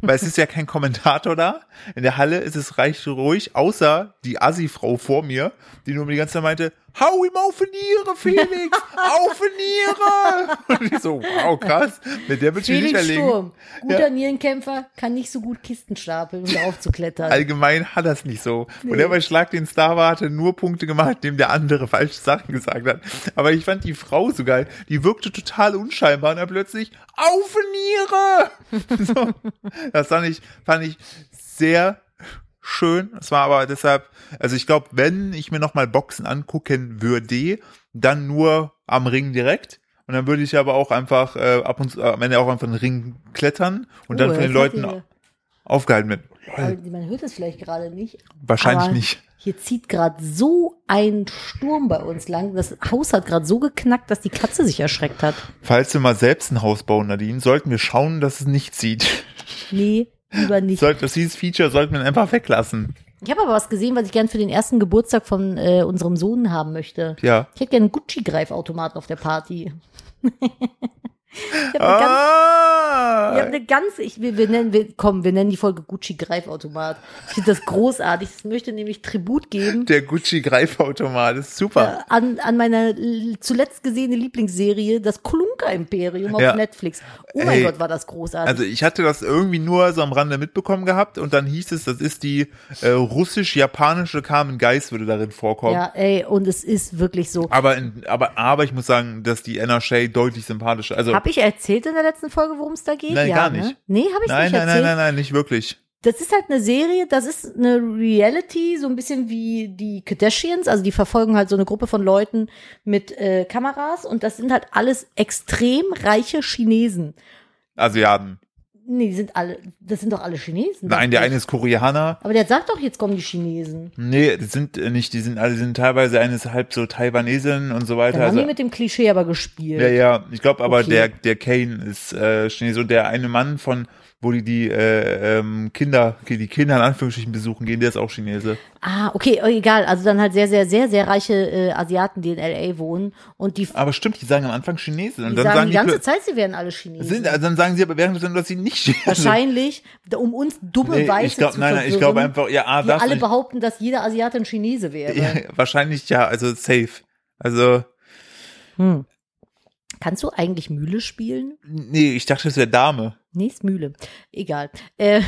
[SPEAKER 1] weil es ist ja kein Kommentator da. In der Halle ist es reich ruhig, außer die Assi-Frau vor mir, die nur die ganze Zeit meinte, hau ihm auf die Niere, Felix!
[SPEAKER 2] (laughs)
[SPEAKER 1] auf die Niere! (laughs) Und ich so, wow, krass, mit der will ich mich nicht
[SPEAKER 2] Felix
[SPEAKER 1] erlegen.
[SPEAKER 2] Sturm, guter Nierenkämpfer, kann nicht so gut Kisten stapeln, um draufzuklettern.
[SPEAKER 1] Allgemein hat das nicht so. Und der bei Schlag den Star war, hatte nur Punkte gemacht, dem der andere falsche Sachen gesagt hat. Aber ich fand die Frau so geil. Die wirkte total unscheinbar und dann plötzlich auf in ihre. (laughs) so. Das fand ich, fand ich sehr schön. Es war aber deshalb, also ich glaube, wenn ich mir nochmal Boxen angucken würde, dann nur am Ring direkt. Und dann würde ich aber auch einfach äh, ab und zu, am Ende auch einfach den Ring klettern und dann
[SPEAKER 2] Oh,
[SPEAKER 1] von den
[SPEAKER 2] jetzt
[SPEAKER 1] Leuten
[SPEAKER 2] hat
[SPEAKER 1] aufgehalten werden.
[SPEAKER 2] die- aber Man hört es vielleicht gerade nicht.
[SPEAKER 1] Wahrscheinlich
[SPEAKER 2] aber
[SPEAKER 1] nicht.
[SPEAKER 2] Hier zieht gerade so ein Sturm bei uns lang. Das Haus hat gerade so geknackt, dass die Katze sich erschreckt hat.
[SPEAKER 1] Falls wir mal selbst ein Haus bauen, Nadine, sollten wir schauen, dass es nicht
[SPEAKER 2] (laughs)
[SPEAKER 1] zieht.
[SPEAKER 2] Nee, lieber nicht.
[SPEAKER 1] Sollte, das dieses Feature sollten wir einfach weglassen.
[SPEAKER 2] Ich habe aber was gesehen, was ich gern für den ersten Geburtstag von äh, unserem Sohn haben möchte.
[SPEAKER 1] Ja.
[SPEAKER 2] Ich hätte gern einen Gucci-Greifautomaten auf der Party. (laughs) ich habe eine, ganz- ich
[SPEAKER 1] Ah!
[SPEAKER 2] hab eine ganze, ich, wir, wir nennen, wir, komm, wir nennen die Folge Gucci-Greifautomat. Ich finde das großartig. Ich möchte nämlich Tribut geben äh,
[SPEAKER 1] Der Gucci-Greifautomat ist super.
[SPEAKER 2] an, an meine l- zuletzt gesehene Lieblingsserie, das Kolunka-Imperium auf
[SPEAKER 1] Ja.
[SPEAKER 2] Netflix. Oh mein
[SPEAKER 1] Ey.
[SPEAKER 2] Gott, war das großartig.
[SPEAKER 1] Also ich hatte das irgendwie nur so am Rande mitbekommen gehabt und dann hieß es, das ist die äh, russisch-japanische Carmen Geis würde darin vorkommen.
[SPEAKER 2] ja, ey, und es ist wirklich so.
[SPEAKER 1] Aber, in, aber, aber ich muss sagen, dass die Anna Shay deutlich sympathischer. Also
[SPEAKER 2] Hab ich erzählt in der letzten Folge, worum es da geht?
[SPEAKER 1] Nein,
[SPEAKER 2] ja,
[SPEAKER 1] gar
[SPEAKER 2] Ne?
[SPEAKER 1] nicht.
[SPEAKER 2] Nee, habe ich
[SPEAKER 1] nein,
[SPEAKER 2] nicht
[SPEAKER 1] nein,
[SPEAKER 2] erzählt.
[SPEAKER 1] nein, nein, nein, nicht wirklich.
[SPEAKER 2] Das ist halt eine Serie, das ist eine Reality, so ein bisschen wie die Kardashians, also die verfolgen halt so eine Gruppe von Leuten mit äh, Kameras und das sind halt alles extrem reiche Chinesen.
[SPEAKER 1] Asiaten.
[SPEAKER 2] Nee, die sind alle, das sind doch alle Chinesen.
[SPEAKER 1] Nein, der
[SPEAKER 2] dachte
[SPEAKER 1] eine
[SPEAKER 2] ich.
[SPEAKER 1] ist Koreaner,
[SPEAKER 2] Aber der sagt doch, jetzt kommen die Chinesen.
[SPEAKER 1] Nee, das sind äh, nicht, die sind alle die sind teilweise eines halb so Taiwanesen und so weiter.
[SPEAKER 2] Dann haben die
[SPEAKER 1] Also,
[SPEAKER 2] mit dem Klischee aber gespielt.
[SPEAKER 1] ja, ja, ich glaube aber
[SPEAKER 2] Okay.
[SPEAKER 1] der der Kane ist äh, Chinese und der eine Mann von wo die die äh, ähm, Kinder, die Kinder in Anführungsstrichen besuchen gehen, der ist auch Chinese.
[SPEAKER 2] Ah, okay, egal. Also dann halt sehr, sehr, sehr, sehr reiche äh, Asiaten, die in L.A. wohnen und die,
[SPEAKER 1] Aber stimmt, die sagen am Anfang Chinesen. Und
[SPEAKER 2] die
[SPEAKER 1] dann
[SPEAKER 2] sagen die ganze
[SPEAKER 1] plö-
[SPEAKER 2] Zeit, sie wären alle Chinesen.
[SPEAKER 1] sind, (laughs) also dann sagen sie aber währenddessen, dass sie nicht Chinesen
[SPEAKER 2] Wahrscheinlich, um uns dumme
[SPEAKER 1] Nee, ich
[SPEAKER 2] Weiße
[SPEAKER 1] glaub-
[SPEAKER 2] zu
[SPEAKER 1] nein, nein, ich
[SPEAKER 2] verwirren,
[SPEAKER 1] glaube einfach, ja, A,
[SPEAKER 2] die
[SPEAKER 1] darfst du
[SPEAKER 2] alle
[SPEAKER 1] nicht-
[SPEAKER 2] behaupten, dass jeder Asiate ein Chinese wäre.
[SPEAKER 1] Ja, (laughs) wahrscheinlich ja, also safe. Also,
[SPEAKER 2] Hm. Kannst du eigentlich Mühle spielen?
[SPEAKER 1] nee, ich dachte, es wäre Dame.
[SPEAKER 2] Nee, ist Mühle. Egal. Äh,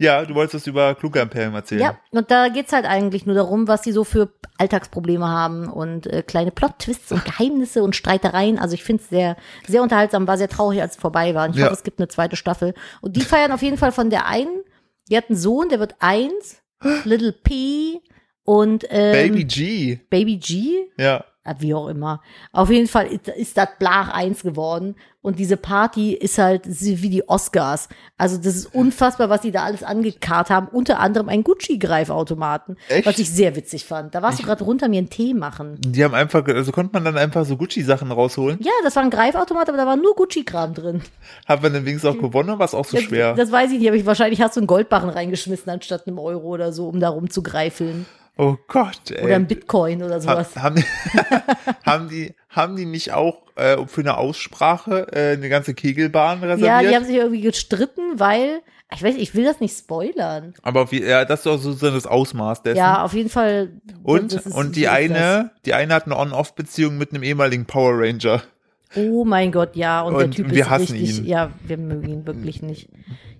[SPEAKER 1] Ja, du wolltest was über Kluger-Imperium erzählen.
[SPEAKER 2] ja. und da geht's halt eigentlich nur darum, was sie so für Alltagsprobleme haben und äh, kleine Plot-Twists und Geheimnisse und Streitereien. Also ich finde es sehr, sehr unterhaltsam, war sehr traurig, als es vorbei war. Und ich
[SPEAKER 1] Ja.
[SPEAKER 2] hoffe, es gibt eine zweite Staffel. Und die feiern auf jeden Fall von der einen, die hat einen Sohn, der wird eins, Little P und ähm,
[SPEAKER 1] Baby G.
[SPEAKER 2] Baby G.
[SPEAKER 1] Ja.
[SPEAKER 2] Ah, wie auch immer. Auf jeden Fall ist, ist das Blach eins geworden und diese Party ist halt sie- wie die Oscars. Also das ist unfassbar, was die da alles angekarrt haben. Unter anderem einen Gucci-Greifautomaten,
[SPEAKER 1] Echt?
[SPEAKER 2] was ich sehr witzig fand. Da warst du gerade runter, mir einen Tee machen.
[SPEAKER 1] Die haben einfach, also konnte man dann einfach so Gucci-Sachen rausholen.
[SPEAKER 2] Ja, das war ein Greifautomat, aber da war nur Gucci-Kram drin.
[SPEAKER 1] Hat man dann wenigstens auch gewonnen oder war es auch so
[SPEAKER 2] Das,
[SPEAKER 1] schwer?
[SPEAKER 2] das weiß ich nicht, aber ich, wahrscheinlich hast du einen Goldbarren reingeschmissen anstatt einem Euro oder so, um da rumzugreifeln.
[SPEAKER 1] oh Gott, ey.
[SPEAKER 2] Oder einen Bitcoin oder
[SPEAKER 1] Ha-
[SPEAKER 2] sowas.
[SPEAKER 1] haben, (laughs) haben, die, haben die nicht auch äh, für eine Aussprache äh, eine ganze Kegelbahn
[SPEAKER 2] Ja,
[SPEAKER 1] reserviert?
[SPEAKER 2] die haben sich irgendwie gestritten, weil, ich weiß, nicht, ich will das nicht spoilern.
[SPEAKER 1] Aber auf, je- ja, das ist auch so so das Ausmaß dessen.
[SPEAKER 2] Ja, auf jeden Fall.
[SPEAKER 1] Und,
[SPEAKER 2] das ist-
[SPEAKER 1] und
[SPEAKER 2] so
[SPEAKER 1] die
[SPEAKER 2] ist
[SPEAKER 1] eine, die eine hat eine On-Off-Beziehung mit einem ehemaligen Power Ranger.
[SPEAKER 2] das. Oh mein Gott, ja. Und, der
[SPEAKER 1] Und
[SPEAKER 2] Typ
[SPEAKER 1] wir
[SPEAKER 2] ist
[SPEAKER 1] hassen
[SPEAKER 2] richtig.
[SPEAKER 1] ihn.
[SPEAKER 2] Ja, wir mögen ihn wirklich nicht.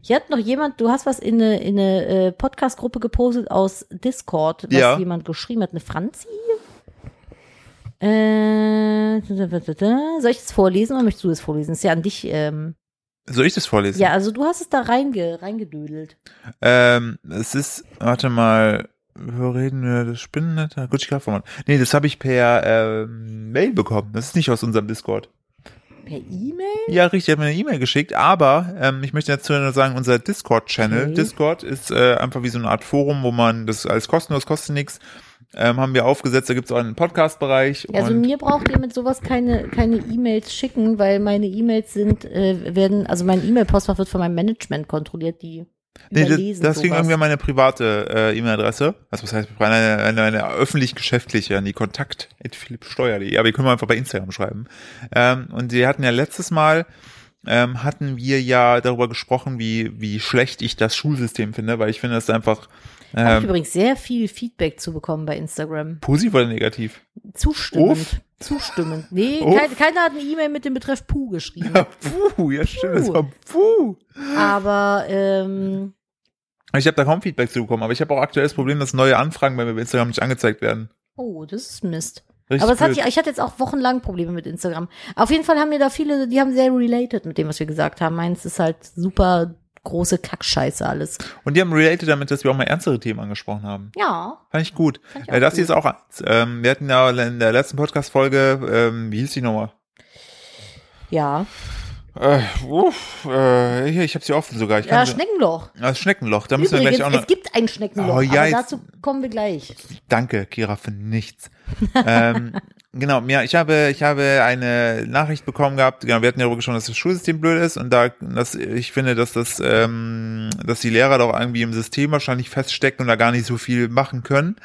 [SPEAKER 2] Hier hat noch jemand, du hast was in eine, in eine äh, Podcast-Gruppe gepostet aus Discord, was
[SPEAKER 1] Ja.
[SPEAKER 2] jemand geschrieben hat. Eine Franzi? Äh, soll ich das vorlesen oder möchtest du es vorlesen? Ist ja an dich. Ähm,
[SPEAKER 1] Soll ich das vorlesen?
[SPEAKER 2] ja, also du hast es da reinge, reingedödelt.
[SPEAKER 1] Ähm, es ist, warte mal, wir reden wir das Spinnennetz? Gucci Kraftformat. Nee, das habe ich per ähm, Mail bekommen. Das ist nicht aus unserem Discord.
[SPEAKER 2] Per E-Mail?
[SPEAKER 1] Ja, richtig, er hat mir eine E-Mail geschickt, aber ähm, ich möchte dazu nur sagen, unser Discord-Channel,
[SPEAKER 2] Okay.
[SPEAKER 1] Discord ist äh, einfach wie so eine Art Forum, wo man das alles kostenlos, kostet nichts, ähm, haben wir aufgesetzt, da gibt's auch einen Podcast-Bereich.
[SPEAKER 2] Also
[SPEAKER 1] und
[SPEAKER 2] mir braucht ihr mit sowas keine keine E-Mails schicken, weil meine E-Mails sind äh, werden also mein E-Mail-Postfach wird von meinem Management kontrolliert, die
[SPEAKER 1] Nee, das,
[SPEAKER 2] überlesen
[SPEAKER 1] das ging
[SPEAKER 2] sowas.
[SPEAKER 1] irgendwie an meine private äh, E-Mail-Adresse. Also was heißt meine, meine, meine öffentlich-geschäftliche, an die kontakt Aber die können wir einfach bei Instagram schreiben. Ähm, und wir hatten ja letztes Mal, ähm, hatten wir ja darüber gesprochen, wie, wie schlecht ich das Schulsystem finde, weil ich finde das einfach
[SPEAKER 2] Habe ich
[SPEAKER 1] ähm,
[SPEAKER 2] übrigens sehr viel Feedback zu bekommen bei Instagram.
[SPEAKER 1] positiv oder negativ.
[SPEAKER 2] Zustimmend.
[SPEAKER 1] Uff.
[SPEAKER 2] Zustimmend. Nee,
[SPEAKER 1] Uff.
[SPEAKER 2] kein, keiner hat eine E-Mail mit dem Betreff Puh geschrieben.
[SPEAKER 1] (laughs) Puh, ja stimmt, das war puh.
[SPEAKER 2] Aber ähm,
[SPEAKER 1] Ich habe da kaum Feedback zu bekommen, aber ich habe auch aktuell das Problem, dass neue Anfragen bei mir bei Instagram nicht angezeigt werden.
[SPEAKER 2] oh, das ist Mist.
[SPEAKER 1] Richtig
[SPEAKER 2] Aber das hatte
[SPEAKER 1] blöd.
[SPEAKER 2] ich, ich hatte jetzt auch wochenlang Probleme mit Instagram. Auf jeden Fall haben mir da viele, die haben sehr related mit dem, was wir gesagt haben. Meins ist halt super große Kackscheiße alles.
[SPEAKER 1] Und die haben related damit, dass wir auch mal ernstere Themen angesprochen haben.
[SPEAKER 2] Ja,
[SPEAKER 1] Fand ich gut.
[SPEAKER 2] Fand ich auch
[SPEAKER 1] Äh, das
[SPEAKER 2] gut.
[SPEAKER 1] hier ist auch eins. Ähm, wir hatten ja in der letzten Podcast-Folge, ähm, wie hieß die nochmal?
[SPEAKER 2] ja.
[SPEAKER 1] Äh, uff, äh, hier, ich habe sie offen sogar. Ich
[SPEAKER 2] Ja,
[SPEAKER 1] kann sie-
[SPEAKER 2] Schneckenloch.
[SPEAKER 1] Ah, das Schneckenloch, da müssen wir
[SPEAKER 2] Übrigens,
[SPEAKER 1] gleich auch
[SPEAKER 2] es
[SPEAKER 1] noch.
[SPEAKER 2] gibt ein Schneckenloch,
[SPEAKER 1] Oh, ja,
[SPEAKER 2] aber
[SPEAKER 1] jetzt-
[SPEAKER 2] dazu kommen wir gleich.
[SPEAKER 1] Danke, Kira, für nichts. ähm, genau, ja, ich habe, ich habe eine Nachricht bekommen gehabt. Genau, wir hatten ja darüber gesprochen, dass das Schulsystem blöd ist und da, dass ich finde, dass das, ähm, dass die Lehrer doch irgendwie im System wahrscheinlich feststecken und da gar nicht so viel machen können.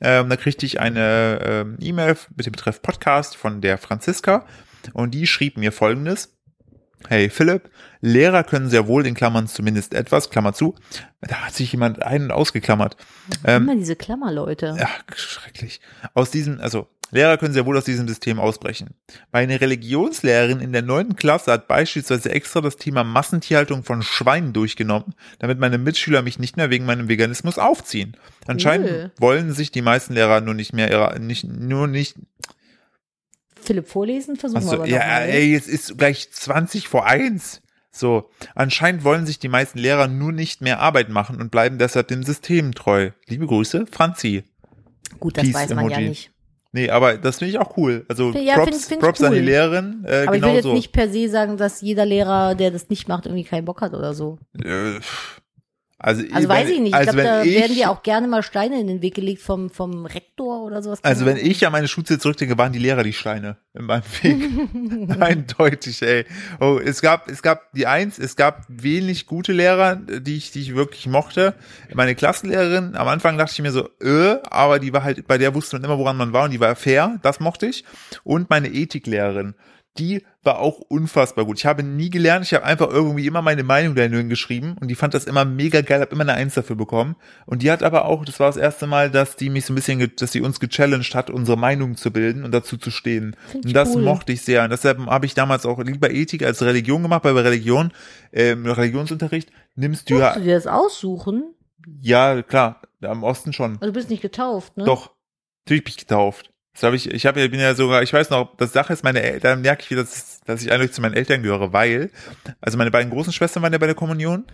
[SPEAKER 1] Ähm, da kriegte ich eine ähm, E-Mail mit dem Betreff Podcast von der Franziska und die schrieb mir folgendes. Hey Philipp, Lehrer können sehr wohl in Klammern zumindest etwas, Klammer zu. Da hat sich jemand ein- und ausgeklammert. Ähm,
[SPEAKER 2] Immer diese Klammerleute.
[SPEAKER 1] ja, schrecklich. Aus diesem, also Lehrer können sehr wohl aus diesem System ausbrechen. Meine Religionslehrerin in der neunten Klasse hat beispielsweise extra das Thema Massentierhaltung von Schweinen durchgenommen, damit meine Mitschüler mich nicht mehr wegen meinem Veganismus aufziehen. Anscheinend
[SPEAKER 2] Cool.
[SPEAKER 1] wollen sich die meisten Lehrer nur nicht mehr ihrer, nicht, nur nicht,
[SPEAKER 2] Philipp vorlesen, versuchen wir
[SPEAKER 1] also,
[SPEAKER 2] aber ne?
[SPEAKER 1] ja,
[SPEAKER 2] nochmal.
[SPEAKER 1] ey, es ist gleich 20 vor eins. So, anscheinend wollen sich die meisten Lehrer nur nicht mehr Arbeit machen und bleiben deshalb dem System treu. Liebe Grüße, Franzi.
[SPEAKER 2] Gut, das
[SPEAKER 1] Peace
[SPEAKER 2] weiß man ja
[SPEAKER 1] Emoji.
[SPEAKER 2] nicht.
[SPEAKER 1] Nee, aber das finde ich auch cool. Also
[SPEAKER 2] Ja,
[SPEAKER 1] Props,
[SPEAKER 2] find- find ich
[SPEAKER 1] Props an die
[SPEAKER 2] cool.
[SPEAKER 1] Lehrerin. Äh,
[SPEAKER 2] Aber ich will
[SPEAKER 1] genau
[SPEAKER 2] jetzt
[SPEAKER 1] so.
[SPEAKER 2] nicht per se sagen, dass jeder Lehrer, der das nicht macht, irgendwie keinen Bock hat oder so.
[SPEAKER 1] Äh, pff. Also,
[SPEAKER 2] Also
[SPEAKER 1] wenn-
[SPEAKER 2] weiß ich nicht.
[SPEAKER 1] Also
[SPEAKER 2] ich glaube, da
[SPEAKER 1] wenn ich,
[SPEAKER 2] werden dir auch gerne mal Steine in den Weg gelegt vom, vom Rektor oder sowas.
[SPEAKER 1] also wenn ich an meine Schulzeit zurückdenke, waren die Lehrer die Steine in
[SPEAKER 2] (laughs)
[SPEAKER 1] meinem Weg. Eindeutig, ey. Oh, es gab, es gab die Eins, es gab wenig gute Lehrer, die ich, die ich wirklich mochte. Meine Klassenlehrerin, am Anfang dachte ich mir so, äh, aber die war halt, bei der wusste man immer, woran man war und die war fair, das mochte ich. Und meine Ethiklehrerin. Die war auch unfassbar gut. Ich habe nie gelernt, ich habe einfach irgendwie immer meine Meinung dahin geschrieben und die fand das immer mega geil, habe immer eine Eins dafür bekommen. Und die hat aber auch, das war das erste Mal, dass die mich so ein bisschen, ge- dass sie uns gechallenged hat, unsere Meinung zu bilden und dazu zu stehen.
[SPEAKER 2] Find ich
[SPEAKER 1] Und das
[SPEAKER 2] cool.
[SPEAKER 1] mochte ich sehr. Und deshalb habe ich damals auch lieber Ethik als Religion gemacht, weil bei Religion, ähm, Religionsunterricht, nimmst du
[SPEAKER 2] Kannst
[SPEAKER 1] ja,
[SPEAKER 2] du dir das aussuchen?
[SPEAKER 1] ja klar, am Osten schon.
[SPEAKER 2] Also du bist nicht getauft, ne?
[SPEAKER 1] Doch, natürlich bin ich getauft. Das hab ich, ich habe ja, bin ja sogar, ich weiß noch, das Sache ist, meine Eltern, merke ich, wieder, dass, dass ich eigentlich zu meinen Eltern gehöre, weil, also meine beiden großen Schwestern waren ja bei der Kommunion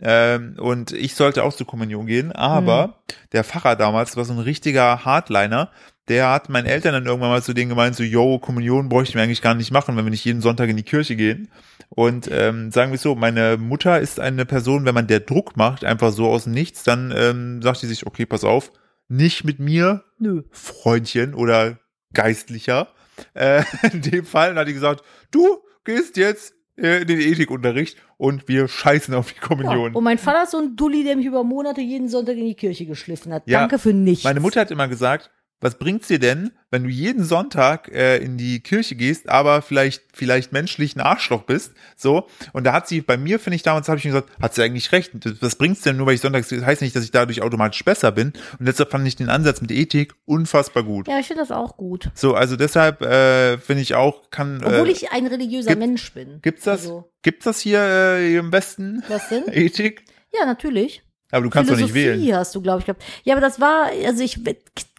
[SPEAKER 1] ähm, und ich sollte auch zur Kommunion gehen, aber der Pfarrer damals war so ein richtiger Hardliner, der hat meinen Eltern dann irgendwann mal zu denen gemeint, so, yo, Kommunion bräuchten wir eigentlich gar nicht machen, wenn wir nicht jeden Sonntag in die Kirche gehen. Und ähm, sagen wir es so, meine Mutter ist eine Person, wenn man der Druck macht, einfach so aus dem Nichts, dann ähm, sagt sie sich, okay, pass auf, nicht mit mir,
[SPEAKER 2] Nö.
[SPEAKER 1] Freundchen oder Geistlicher. Äh, (laughs) in dem Fall Und hat die gesagt, du gehst jetzt äh, in den Ethikunterricht und wir scheißen auf die
[SPEAKER 2] Ja.
[SPEAKER 1] Kommunion.
[SPEAKER 2] Und mein Vater ist so ein Dulli, der mich über Monate jeden Sonntag in die Kirche geschliffen hat.
[SPEAKER 1] Ja.
[SPEAKER 2] Danke für nichts.
[SPEAKER 1] Meine Mutter hat immer gesagt, was bringt's dir denn, wenn du jeden Sonntag äh, in die Kirche gehst, aber vielleicht vielleicht menschlich ein Arschloch bist, so. Und da hat sie bei mir finde ich damals habe ich mir gesagt, hat sie eigentlich recht. Was bringt's denn nur, weil ich sonntags das heißt nicht, dass ich dadurch automatisch besser bin. Und deshalb fand ich den Ansatz mit Ethik unfassbar gut.
[SPEAKER 2] Ja, ich finde das auch gut.
[SPEAKER 1] So, also deshalb äh, finde ich auch kann äh,
[SPEAKER 2] Obwohl ich ein religiöser
[SPEAKER 1] gibt-
[SPEAKER 2] Mensch bin.
[SPEAKER 1] gibt's das
[SPEAKER 2] Also,
[SPEAKER 1] gibt's das hier äh, im Westen (laughs)
[SPEAKER 2] was denn?
[SPEAKER 1] Ethik?
[SPEAKER 2] Ja, natürlich.
[SPEAKER 1] Aber du kannst doch nicht wählen.
[SPEAKER 2] hast du, glaube ich, gehabt. Ja, aber das war, also ich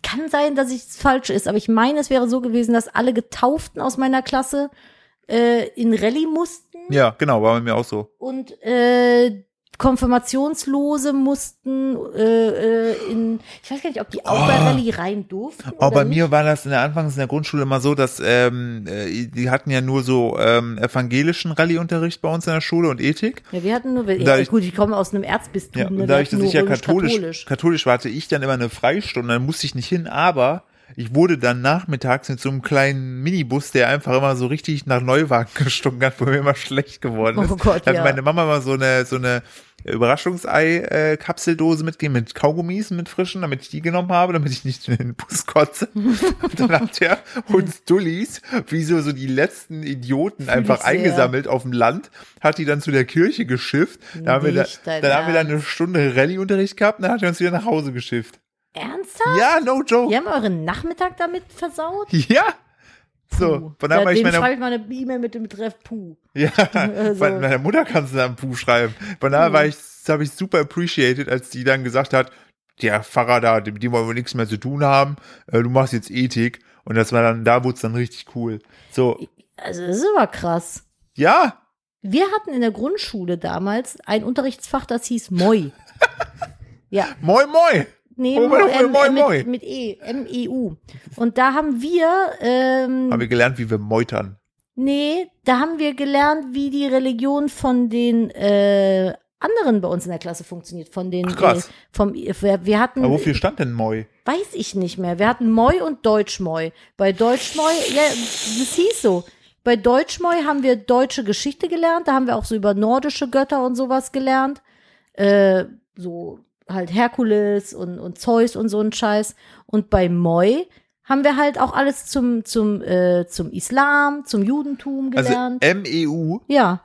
[SPEAKER 2] kann sein, dass es falsch ist, aber ich meine, es wäre so gewesen, dass alle Getauften aus meiner Klasse äh, in Rallye mussten
[SPEAKER 1] Ja, genau, war bei mir auch so.
[SPEAKER 2] und äh, Konfirmationslose mussten äh, äh, in, ich weiß gar nicht, ob die auch bei
[SPEAKER 1] Oh.
[SPEAKER 2] Rallye rein durften.
[SPEAKER 1] Aber bei
[SPEAKER 2] oder
[SPEAKER 1] mir war das in der Anfangs in der Grundschule immer so, dass ähm, äh, die hatten ja nur so ähm, evangelischen Rallyeunterricht bei uns in der Schule und Ethik.
[SPEAKER 2] nicht. Ja, wir hatten nur,
[SPEAKER 1] Da
[SPEAKER 2] ja,
[SPEAKER 1] ich-
[SPEAKER 2] gut, ich komme aus einem Erzbistum.
[SPEAKER 1] Ja,
[SPEAKER 2] ne, wir
[SPEAKER 1] und dadurch,
[SPEAKER 2] hatten
[SPEAKER 1] dass ich ja
[SPEAKER 2] nur römisch-katholisch.
[SPEAKER 1] katholisch, katholisch war, hatte ich dann immer eine Freistunde, dann musste ich nicht hin, aber ich wurde dann nachmittags mit so einem kleinen Minibus, der einfach immer so richtig nach Neuwagen (laughs) gestunken hat, wo mir immer schlecht geworden ist.
[SPEAKER 2] Oh Gott,
[SPEAKER 1] Da hat
[SPEAKER 2] ja.
[SPEAKER 1] meine Mama mal so eine, so eine Überraschungsei-Kapseldose mitgegeben mit Kaugummis, mit frischen, damit ich die genommen habe, damit ich nicht in den Bus
[SPEAKER 2] (laughs)
[SPEAKER 1] kotze. Und dann hat der uns Dullis, wie so, so die letzten Idioten einfach
[SPEAKER 2] ich sehr.
[SPEAKER 1] eingesammelt auf dem Land, hat die dann zu der Kirche geschifft. Da haben wir da,
[SPEAKER 2] Nicht dein
[SPEAKER 1] dann haben wir dann
[SPEAKER 2] Ernst.
[SPEAKER 1] eine Stunde Rallye-Unterricht gehabt, dann hat er uns wieder nach Hause geschifft.
[SPEAKER 2] Ernsthaft?
[SPEAKER 1] Ja, no
[SPEAKER 2] Ihr
[SPEAKER 1] joke.
[SPEAKER 2] habt euren Nachmittag damit versaut?
[SPEAKER 1] Ja. So, von daher
[SPEAKER 2] ja,
[SPEAKER 1] war ich
[SPEAKER 2] dem
[SPEAKER 1] meiner,
[SPEAKER 2] schreibe ich mal eine E-Mail mit dem Betreff Puh.
[SPEAKER 1] ja,
[SPEAKER 2] (laughs) Also-
[SPEAKER 1] von meiner Mutter kannst du da einen Puh schreiben. Von daher war ich, das habe ich super appreciated, als die dann gesagt hat, der Pfarrer da, mit dem wollen wir nichts mehr zu tun haben, äh, du machst jetzt Ethik. Und das war dann, da wurde es dann richtig cool. So,
[SPEAKER 2] Also das ist aber krass.
[SPEAKER 1] ja,
[SPEAKER 2] Wir hatten in der Grundschule damals ein Unterrichtsfach, das
[SPEAKER 1] (laughs)
[SPEAKER 2] hieß Moi. ja,
[SPEAKER 1] moin moin.
[SPEAKER 2] nee,
[SPEAKER 1] Oh,
[SPEAKER 2] Mo-
[SPEAKER 1] moi,
[SPEAKER 2] M-
[SPEAKER 1] moi,
[SPEAKER 2] M-
[SPEAKER 1] moi.
[SPEAKER 2] Mit, mit E, M-E-U. Und da haben wir, ähm,
[SPEAKER 1] Haben wir gelernt, wie wir meutern.
[SPEAKER 2] nee, da haben wir gelernt, wie die Religion von den äh, anderen bei uns in der Klasse funktioniert. Von den,
[SPEAKER 1] Ach, krass.
[SPEAKER 2] Äh, vom, wir, wir hatten,
[SPEAKER 1] Aber wofür stand denn moi?
[SPEAKER 2] weiß ich nicht mehr. Wir hatten Moi und Deutschmoi. Bei Deutschmoi, ja, das hieß so. Bei Deutschmoi haben wir deutsche Geschichte gelernt, da haben wir auch so über nordische Götter und sowas gelernt. Äh, so halt Herkules und, und Zeus und so ein Scheiß. Und bei Moi haben wir halt auch alles zum, zum, äh, zum Islam, zum Judentum
[SPEAKER 1] Also
[SPEAKER 2] gelernt.
[SPEAKER 1] MEU,
[SPEAKER 2] ja,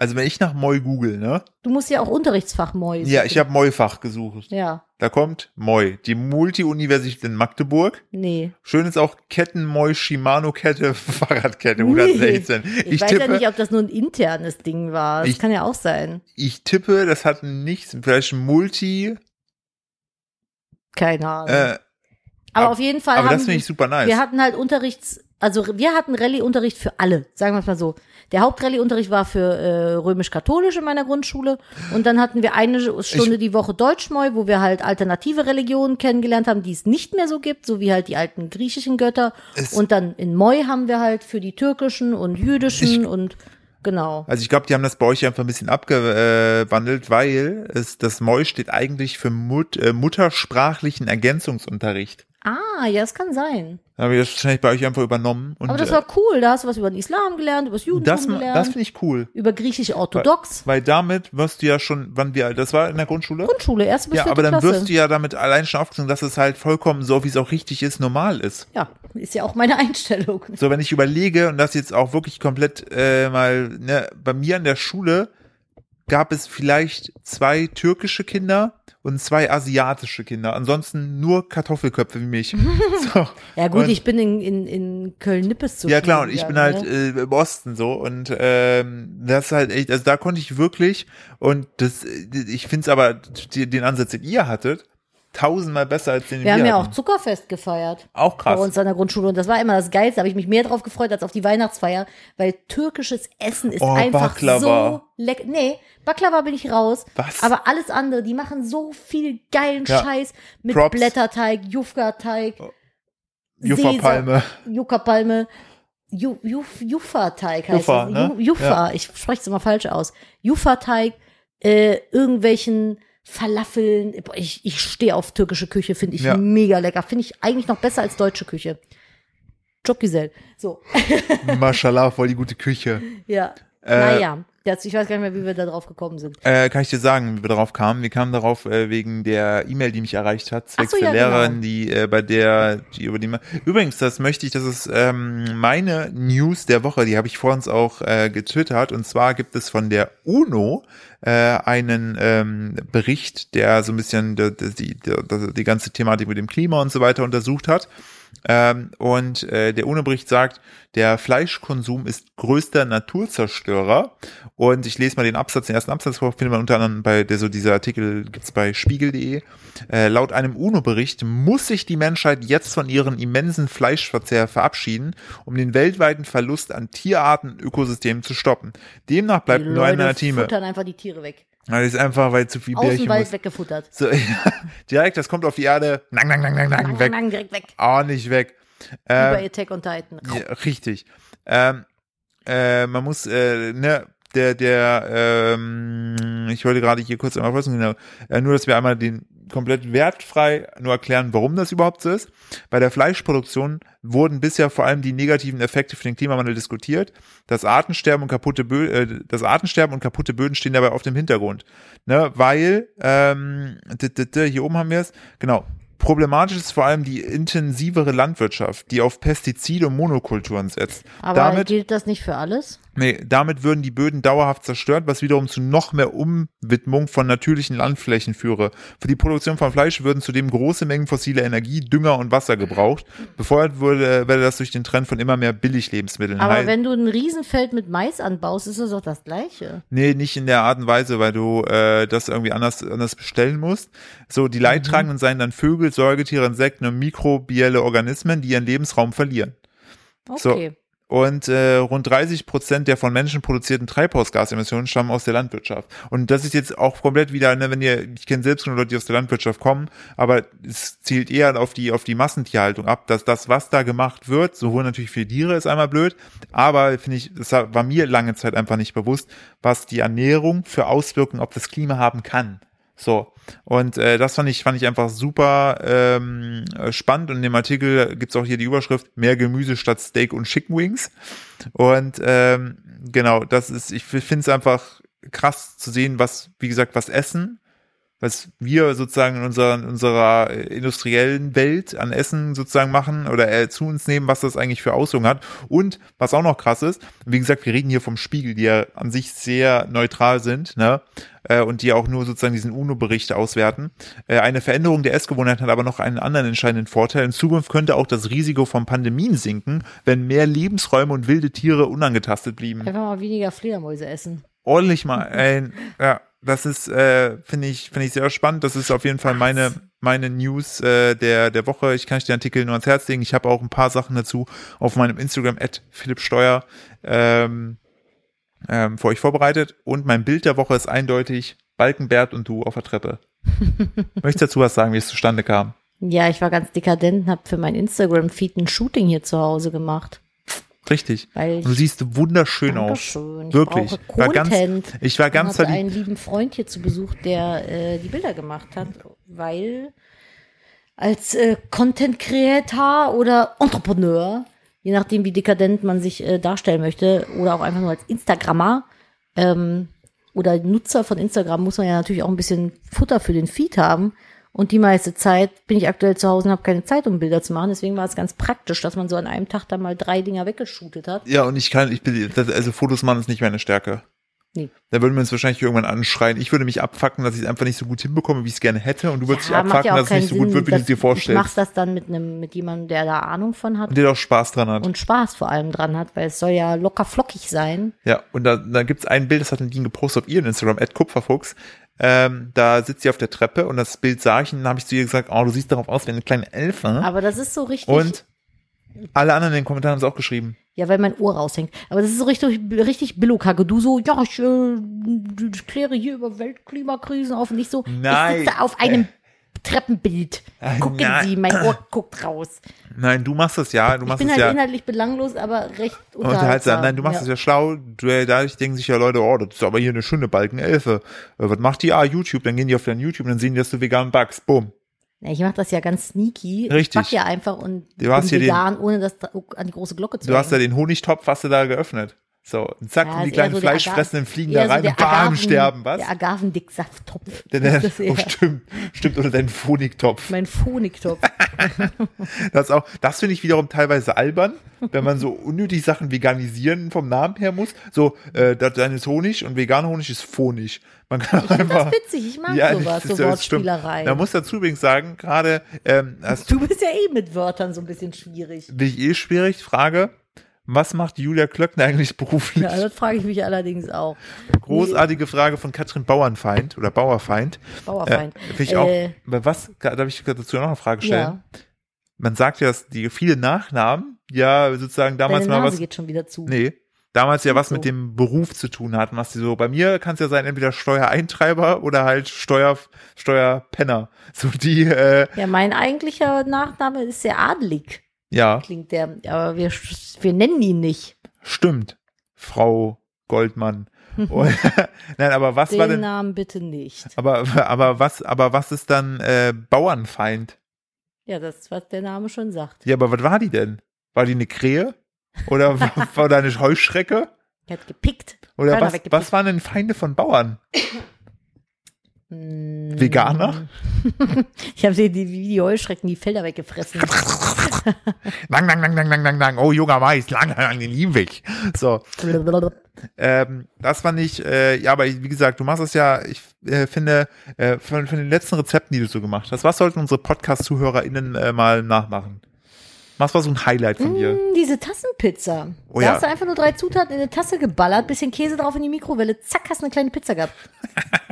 [SPEAKER 1] also wenn ich nach moi google, ne?
[SPEAKER 2] du musst ja auch Unterrichtsfach Moi.
[SPEAKER 1] Ja,
[SPEAKER 2] suchen.
[SPEAKER 1] ich habe Moi-Fach gesucht.
[SPEAKER 2] Ja,
[SPEAKER 1] Da kommt Moi, die Multi-Universität in Magdeburg. (laughs)
[SPEAKER 2] nee.
[SPEAKER 1] Schön ist auch Ketten Moi Shimano Kette (laughs) Fahrradkette
[SPEAKER 2] Nee.
[SPEAKER 1] 116.
[SPEAKER 2] Ich,
[SPEAKER 1] Ich
[SPEAKER 2] weiß ja
[SPEAKER 1] tippe,
[SPEAKER 2] nicht, ob das nur ein internes Ding war. Das
[SPEAKER 1] Ich-
[SPEAKER 2] kann ja auch sein.
[SPEAKER 1] ich tippe, das hat nichts, vielleicht Multi,
[SPEAKER 2] Keine Ahnung.
[SPEAKER 1] äh,
[SPEAKER 2] aber
[SPEAKER 1] ab-
[SPEAKER 2] auf jeden Fall
[SPEAKER 1] aber das
[SPEAKER 2] haben
[SPEAKER 1] finde ich super nice.
[SPEAKER 2] wir hatten halt Unterrichts, also wir hatten Rallye-Unterricht für alle, sagen wir es mal so. Der Hauptrallye-Unterricht war für äh, römisch-katholisch in meiner Grundschule und dann hatten wir eine Stunde die Woche Deutschmoi, wo wir halt alternative Religionen kennengelernt haben, die es nicht mehr so gibt, so wie halt die alten griechischen Götter.
[SPEAKER 1] Es-
[SPEAKER 2] und dann in Moi haben wir halt für die türkischen und jüdischen und Genau.
[SPEAKER 1] Also ich glaube, die haben das bei euch einfach ein bisschen abgewandelt, weil es, das Moi steht eigentlich für Mut, äh, muttersprachlichen Ergänzungsunterricht.
[SPEAKER 2] Ah, ja, das kann sein.
[SPEAKER 1] Da habe ich das wahrscheinlich bei euch einfach übernommen. Und,
[SPEAKER 2] Aber das
[SPEAKER 1] äh,
[SPEAKER 2] war cool. Da hast du was über den Islam gelernt, über das Judentum
[SPEAKER 1] das,
[SPEAKER 2] gelernt,
[SPEAKER 1] das finde ich cool.
[SPEAKER 2] über griechisch orthodox.
[SPEAKER 1] Weil damit wirst du ja schon, wann wir, das war in der Grundschule?
[SPEAKER 2] Grundschule, erste bis
[SPEAKER 1] ja,
[SPEAKER 2] vierte
[SPEAKER 1] aber dann
[SPEAKER 2] Klasse.
[SPEAKER 1] wirst du ja damit allein schon aufgezogen, dass es halt vollkommen so, wie es auch richtig ist, normal ist.
[SPEAKER 2] ja, ist ja auch meine (laughs) Einstellung.
[SPEAKER 1] So, wenn ich überlege und das jetzt auch wirklich komplett äh, mal, ne, bei mir an der Schule gab es vielleicht zwei türkische Kinder und zwei asiatische Kinder. Ansonsten nur Kartoffelköpfe wie
[SPEAKER 2] (laughs)
[SPEAKER 1] mich. so.
[SPEAKER 2] Ja gut,
[SPEAKER 1] Und-
[SPEAKER 2] ich bin in, in, in Köln-Nippes zu
[SPEAKER 1] Ja
[SPEAKER 2] Schule
[SPEAKER 1] klar, und ich bin
[SPEAKER 2] gegangen,
[SPEAKER 1] halt
[SPEAKER 2] ne?
[SPEAKER 1] äh, im Osten so und ähm, das ist halt echt, also da konnte ich wirklich und das, äh, ich finde es aber die, den Ansatz, den ihr hattet, tausendmal besser als den den
[SPEAKER 2] Wir haben ja auch
[SPEAKER 1] hatten.
[SPEAKER 2] Zuckerfest gefeiert.
[SPEAKER 1] Auch krass.
[SPEAKER 2] Bei uns an der Grundschule. Und das war immer das Geilste. Da habe ich mich mehr drauf gefreut als auf die Weihnachtsfeier, weil türkisches Essen ist
[SPEAKER 1] Oh,
[SPEAKER 2] einfach
[SPEAKER 1] Baklava.
[SPEAKER 2] so lecker. Nee, Baklava bin ich raus.
[SPEAKER 1] Was?
[SPEAKER 2] Aber alles andere, die machen so viel geilen
[SPEAKER 1] Ja.
[SPEAKER 2] Scheiß mit
[SPEAKER 1] Props.
[SPEAKER 2] Blätterteig, Jufka-Teig, (laughs)
[SPEAKER 1] Jufferpalme.
[SPEAKER 2] Yucca-Palme, Ju- Juf- Juffa-Teig heißt
[SPEAKER 1] Juffa,
[SPEAKER 2] das.
[SPEAKER 1] ne?
[SPEAKER 2] Ju- Juffa, ich spreche es immer falsch aus. Juffa-Teig, äh, irgendwelchen Falafeln. Boah, Ich, ich stehe auf türkische Küche, finde ich
[SPEAKER 1] Ja.
[SPEAKER 2] mega lecker. Finde ich eigentlich noch besser als deutsche Küche. Jobgesell. So,
[SPEAKER 1] Mashallah, voll die gute Küche.
[SPEAKER 2] ja. naja, jetzt, ich weiß gar nicht mehr, wie wir da drauf gekommen sind.
[SPEAKER 1] Äh, kann ich dir sagen, wie wir darauf kamen? Wir kamen darauf äh, wegen der E-Mail, die mich erreicht hat, zwecks
[SPEAKER 2] so,
[SPEAKER 1] der
[SPEAKER 2] ja,
[SPEAKER 1] Lehrerin,
[SPEAKER 2] genau.
[SPEAKER 1] die äh, bei der, die über die. Übrigens, das möchte ich, das ist ähm, meine News der Woche, die habe ich vor uns auch äh, getwittert. Und zwar gibt es von der UNO äh, einen ähm, Bericht, der so ein bisschen die, die, die, die ganze Thematik mit dem Klima und so weiter untersucht hat. Ähm, und äh, der UNO-Bericht sagt, der Fleischkonsum ist größter Naturzerstörer. Und ich lese mal den Absatz, den ersten Absatz vor, findet man unter anderem bei der, so dieser Artikel gibt's bei spiegel.de. Äh, laut einem UNO-Bericht muss sich die Menschheit jetzt von ihrem immensen Fleischverzehr verabschieden, um den weltweiten Verlust an Tierarten und Ökosystemen zu stoppen. Demnach bleibt
[SPEAKER 2] die
[SPEAKER 1] nur eine
[SPEAKER 2] Leute
[SPEAKER 1] Alternative.
[SPEAKER 2] futtern einfach die Tiere weg.
[SPEAKER 1] Das ist einfach, weil zu viel
[SPEAKER 2] Aus dem
[SPEAKER 1] Bärchen
[SPEAKER 2] Wald
[SPEAKER 1] muss.
[SPEAKER 2] weggefuttert.
[SPEAKER 1] So, (laughs) ja, direkt, das kommt auf die Erde. Nang, nang, nang, nang, nang,
[SPEAKER 2] Lang,
[SPEAKER 1] weg.
[SPEAKER 2] lang, direkt weg.
[SPEAKER 1] Auch nicht weg. Ähm,
[SPEAKER 2] Über Attack on Titan.
[SPEAKER 1] ja, richtig. Ähm, äh, man muss, äh, ne, der, der, ähm, ich wollte gerade hier kurz einmal fassen, genau, äh, nur, dass wir einmal den komplett wertfrei nur erklären, warum das überhaupt so ist. Bei der Fleischproduktion wurden bisher vor allem die negativen Effekte für den Klimawandel diskutiert. Das Artensterben und kaputte Bö äh, das Artensterben und kaputte Böden stehen dabei auf dem Hintergrund. Ne, weil, ähm, d- d- d- hier oben haben wir es, genau, Problematisch ist vor allem die intensivere Landwirtschaft, die auf Pestizide und Monokulturen setzt.
[SPEAKER 2] Aber
[SPEAKER 1] damit,
[SPEAKER 2] gilt das nicht für alles?
[SPEAKER 1] nee, damit würden die Böden dauerhaft zerstört, was wiederum zu noch mehr Umwidmung von natürlichen Landflächen führe. Für die Produktion von Fleisch würden zudem große Mengen fossiler Energie, Dünger und Wasser gebraucht. Befeuert würde, werde das durch den Trend von immer mehr Billiglebensmitteln.
[SPEAKER 2] Aber
[SPEAKER 1] Hei-
[SPEAKER 2] wenn du ein Riesenfeld mit Mais anbaust, ist das doch das Gleiche.
[SPEAKER 1] Nee, nicht in der Art und Weise, weil du äh, das irgendwie anders, anders bestellen musst. So,
[SPEAKER 2] Mhm.
[SPEAKER 1] die Leidtragenden seien dann Vögel, Säugetiere, Insekten und mikrobielle Organismen, die ihren Lebensraum verlieren.
[SPEAKER 2] Okay.
[SPEAKER 1] Und äh, rund 30 Prozent der von Menschen produzierten Treibhausgasemissionen stammen aus der Landwirtschaft. Und das ist jetzt auch komplett wieder, ne, wenn ihr, ich kenne selbst genug Leute, die aus der Landwirtschaft kommen, aber es zielt eher auf die, auf die Massentierhaltung ab, dass das, was da gemacht wird, sowohl natürlich für die Tiere ist einmal blöd, aber finde ich, das war mir lange Zeit einfach nicht bewusst, was die Ernährung für Auswirkungen auf das Klima haben kann. So. Und äh, das fand ich, fand ich einfach super ähm, äh, spannend. Und in dem Artikel gibt's auch hier die Überschrift: Mehr Gemüse statt Steak und Chicken Wings. Und ähm, genau, das ist, ich finde es einfach krass zu sehen, was, wie gesagt, was Essen, was wir sozusagen in unserer, in unserer äh, industriellen Welt an Essen sozusagen machen oder äh, zu uns nehmen, was das eigentlich für Auswirkungen hat. Und was auch noch krass ist, wie gesagt, wir reden hier vom Spiegel, die ja an sich sehr neutral sind, ne? äh, und die auch nur sozusagen diesen UNO-Bericht auswerten. Äh, Eine Veränderung der Essgewohnheiten hat aber noch einen anderen entscheidenden Vorteil. In Zukunft könnte auch das Risiko von Pandemien sinken, wenn mehr Lebensräume und wilde Tiere unangetastet blieben.
[SPEAKER 2] Einfach mal weniger Fledermäuse essen.
[SPEAKER 1] Ordentlich mal
[SPEAKER 2] Mhm.
[SPEAKER 1] ein, ja, das ist, äh, finde ich, finde ich sehr spannend. Das ist auf jeden Fall meine, meine News äh, der, der Woche. Ich kann euch den Artikel nur ans Herz legen. Ich habe auch ein paar Sachen dazu auf meinem Instagram, at Philipp Steuer, ähm, ähm, für euch vorbereitet. Und mein Bild der Woche ist eindeutig Balkenbert und du auf der
[SPEAKER 2] (laughs)
[SPEAKER 1] Treppe. Möchtest du dazu was sagen, wie es zustande kam?
[SPEAKER 2] Ja, ich war ganz dekadent und habe für mein Instagram-Feed ein Shooting hier zu Hause gemacht.
[SPEAKER 1] Richtig.
[SPEAKER 2] Weil
[SPEAKER 1] Und du siehst wunderschön
[SPEAKER 2] Dankeschön.
[SPEAKER 1] aus.
[SPEAKER 2] Ich
[SPEAKER 1] Wirklich.
[SPEAKER 2] brauche
[SPEAKER 1] war ganz,
[SPEAKER 2] Content.
[SPEAKER 1] ich war
[SPEAKER 2] Ich
[SPEAKER 1] ganz
[SPEAKER 2] hatte
[SPEAKER 1] verliebt.
[SPEAKER 2] einen lieben Freund hier zu Besuch, der äh, die Bilder gemacht hat, weil als äh, Content Creator oder Entrepreneur, je nachdem wie dekadent man sich äh, darstellen möchte, oder auch einfach nur als Instagrammer ähm, oder Nutzer von Instagram, muss man ja natürlich auch ein bisschen Futter für den Feed haben. Und die meiste Zeit bin ich aktuell zu Hause und habe keine Zeit, um Bilder zu machen. Deswegen war es ganz praktisch, dass man so an einem Tag dann mal drei Dinger weggeschootet hat.
[SPEAKER 1] Ja, und ich kann, ich bin, das, also Fotos machen ist nicht meine Stärke.
[SPEAKER 2] Nee.
[SPEAKER 1] Da würden wir uns wahrscheinlich irgendwann anschreien. Ich würde mich abfacken, dass ich es einfach nicht so gut hinbekomme, wie ich es gerne hätte. Und du würdest dich abfacken, dass es
[SPEAKER 2] keinen
[SPEAKER 1] nicht so gut wird, wie du
[SPEAKER 2] dass-
[SPEAKER 1] es dir
[SPEAKER 2] Ich
[SPEAKER 1] vorstellst.
[SPEAKER 2] mach's das dann mit einem, mit jemandem, der da Ahnung von hat
[SPEAKER 1] Und dir doch Spaß dran hat.
[SPEAKER 2] und Spaß vor allem dran hat, weil es soll ja locker flockig sein.
[SPEAKER 1] Ja, und da, da gibt's ein Bild, das hat Nadine gepostet auf ihren Instagram, Kupferfuchs. Ähm, da sitzt sie auf der Treppe und das Bild sah ich und dann habe ich zu ihr gesagt, oh, du siehst darauf aus wie eine kleine Elfe.
[SPEAKER 2] Aber das ist so richtig.
[SPEAKER 1] und alle anderen in den Kommentaren haben es auch geschrieben.
[SPEAKER 2] Ja, weil mein Ohr raushängt. Aber das ist so richtig, richtig Billokacke. Du so, ja, ich, äh, ich kläre hier über Weltklimakrisen auf und ich so,
[SPEAKER 1] Nein.
[SPEAKER 2] ich sitze auf
[SPEAKER 1] (laughs)
[SPEAKER 2] einem Treppenbild.
[SPEAKER 1] Äh,
[SPEAKER 2] Gucken
[SPEAKER 1] nein.
[SPEAKER 2] Sie, mein
[SPEAKER 1] (laughs)
[SPEAKER 2] Ohr guckt raus.
[SPEAKER 1] Nein, du machst es ja, du
[SPEAKER 2] Ich
[SPEAKER 1] machst
[SPEAKER 2] bin
[SPEAKER 1] es
[SPEAKER 2] halt
[SPEAKER 1] ja
[SPEAKER 2] inhaltlich belanglos, aber recht unterhaltsam.
[SPEAKER 1] unterhaltsam. halt Nein, du machst es ja schlau. Du, äh, dadurch denken sich ja Leute, oh, das ist aber hier eine schöne Balkenelfe. Äh, was macht die? Ah, YouTube. Dann gehen die auf dein YouTube und dann sehen die, dass du vegan backst. Boom.
[SPEAKER 2] Ja, ich mache das ja ganz sneaky. Ich
[SPEAKER 1] Richtig.
[SPEAKER 2] back ja einfach und
[SPEAKER 1] Du hast hier
[SPEAKER 2] bin
[SPEAKER 1] den-
[SPEAKER 2] vegan, ohne das da- oh, an die große Glocke zu
[SPEAKER 1] Du hast ja
[SPEAKER 2] hängen.
[SPEAKER 1] den Honigtopf, hast du da geöffnet. So, und zack,
[SPEAKER 2] Ja,
[SPEAKER 1] und
[SPEAKER 2] ist
[SPEAKER 1] die
[SPEAKER 2] eher
[SPEAKER 1] kleinen
[SPEAKER 2] so der Aga-
[SPEAKER 1] Fleischfressenden fliegen
[SPEAKER 2] eher
[SPEAKER 1] da
[SPEAKER 2] so
[SPEAKER 1] rein
[SPEAKER 2] der
[SPEAKER 1] und bam,
[SPEAKER 2] Agaven-
[SPEAKER 1] sterben, was? (laughs)
[SPEAKER 2] Der Agavendicksafttopf.
[SPEAKER 1] Denn
[SPEAKER 2] Ist (laughs)
[SPEAKER 1] der,
[SPEAKER 2] das
[SPEAKER 1] oh,
[SPEAKER 2] eher
[SPEAKER 1] stimmt, stimmt, oder dein Phoniktopf. (laughs)
[SPEAKER 2] mein Phoniktopf.
[SPEAKER 1] Das auch, das finde ich wiederum teilweise albern, wenn man so unnötig Sachen veganisieren vom Namen her muss. So, äh, das dein ist Honig und veganer Honig ist Phonig. Man kann auch
[SPEAKER 2] Das
[SPEAKER 1] einfach.
[SPEAKER 2] ist witzig, ich mag
[SPEAKER 1] Ja,
[SPEAKER 2] sowas,
[SPEAKER 1] das-
[SPEAKER 2] so
[SPEAKER 1] das stimmt.
[SPEAKER 2] Wortspielerei.
[SPEAKER 1] Man muss dazu übrigens sagen, gerade, ähm, das
[SPEAKER 2] Du bist ja eh mit Wörtern so ein bisschen schwierig.
[SPEAKER 1] bin ich eh schwierig, Frage. Was macht Julia Klöckner eigentlich beruflich?
[SPEAKER 2] Ja, das frage ich mich allerdings auch.
[SPEAKER 1] Großartige Frage von Katrin Bauernfeind oder Bauerfeind.
[SPEAKER 2] Bauerfeind.
[SPEAKER 1] Äh, Finde ich auch.
[SPEAKER 2] Äh,
[SPEAKER 1] Aber was, darf ich dazu noch eine Frage stellen?
[SPEAKER 2] ja,
[SPEAKER 1] Man sagt ja, dass die viele Nachnamen ja sozusagen damals
[SPEAKER 2] deine
[SPEAKER 1] mal
[SPEAKER 2] Nase
[SPEAKER 1] was.
[SPEAKER 2] geht schon wieder zu.
[SPEAKER 1] Nee. Damals ja was
[SPEAKER 2] so.
[SPEAKER 1] mit dem Beruf zu tun hatten, was die so. Bei mir kann es ja sein, entweder Steuereintreiber oder halt Steuer, Steuerpenner. So die, äh,
[SPEAKER 2] Ja, mein eigentlicher Nachname ist sehr adelig,
[SPEAKER 1] ja,
[SPEAKER 2] klingt der. Aber wir, wir nennen ihn nicht.
[SPEAKER 1] stimmt. Frau
[SPEAKER 2] (laughs)
[SPEAKER 1] Goldmann. Und, (laughs) nein, aber was war
[SPEAKER 2] Den
[SPEAKER 1] denn.
[SPEAKER 2] Namen bitte nicht.
[SPEAKER 1] Aber, aber was, aber was ist dann äh, Bauernfeind?
[SPEAKER 2] Ja, das ist, was der Name schon sagt.
[SPEAKER 1] Ja, aber was war die denn? War die eine Krähe?
[SPEAKER 2] (laughs)
[SPEAKER 1] Oder (laughs) war war da eine Heuschrecke?
[SPEAKER 2] Er hat gepickt.
[SPEAKER 1] Oder
[SPEAKER 2] Keiner
[SPEAKER 1] was,
[SPEAKER 2] weggepickt.
[SPEAKER 1] was waren denn Feinde von
[SPEAKER 2] (laughs)
[SPEAKER 1] Bauern?
[SPEAKER 2] Mm.
[SPEAKER 1] Veganer?
[SPEAKER 2] (laughs) Ich habe die, die, wie die Heuschrecken die Felder weggefressen.
[SPEAKER 1] Lang, lang, lang, lang, lang, lang, lang. Oh, junger Mais, lang, lang, lang, den lieben ich. So,
[SPEAKER 2] Mm,
[SPEAKER 1] ähm, das fand ich, äh, ja, aber wie gesagt, du machst es ja, ich äh, finde, äh, von, von den letzten Rezepten, die du so gemacht hast, was sollten unsere Podcast-ZuhörerInnen äh, mal nachmachen? Was war so ein Highlight von dir?
[SPEAKER 2] Mm, Diese Tassenpizza.
[SPEAKER 1] Oh
[SPEAKER 2] da
[SPEAKER 1] ja.
[SPEAKER 2] hast du einfach nur drei Zutaten in eine Tasse geballert, bisschen Käse drauf in die Mikrowelle, zack, hast eine kleine Pizza gehabt.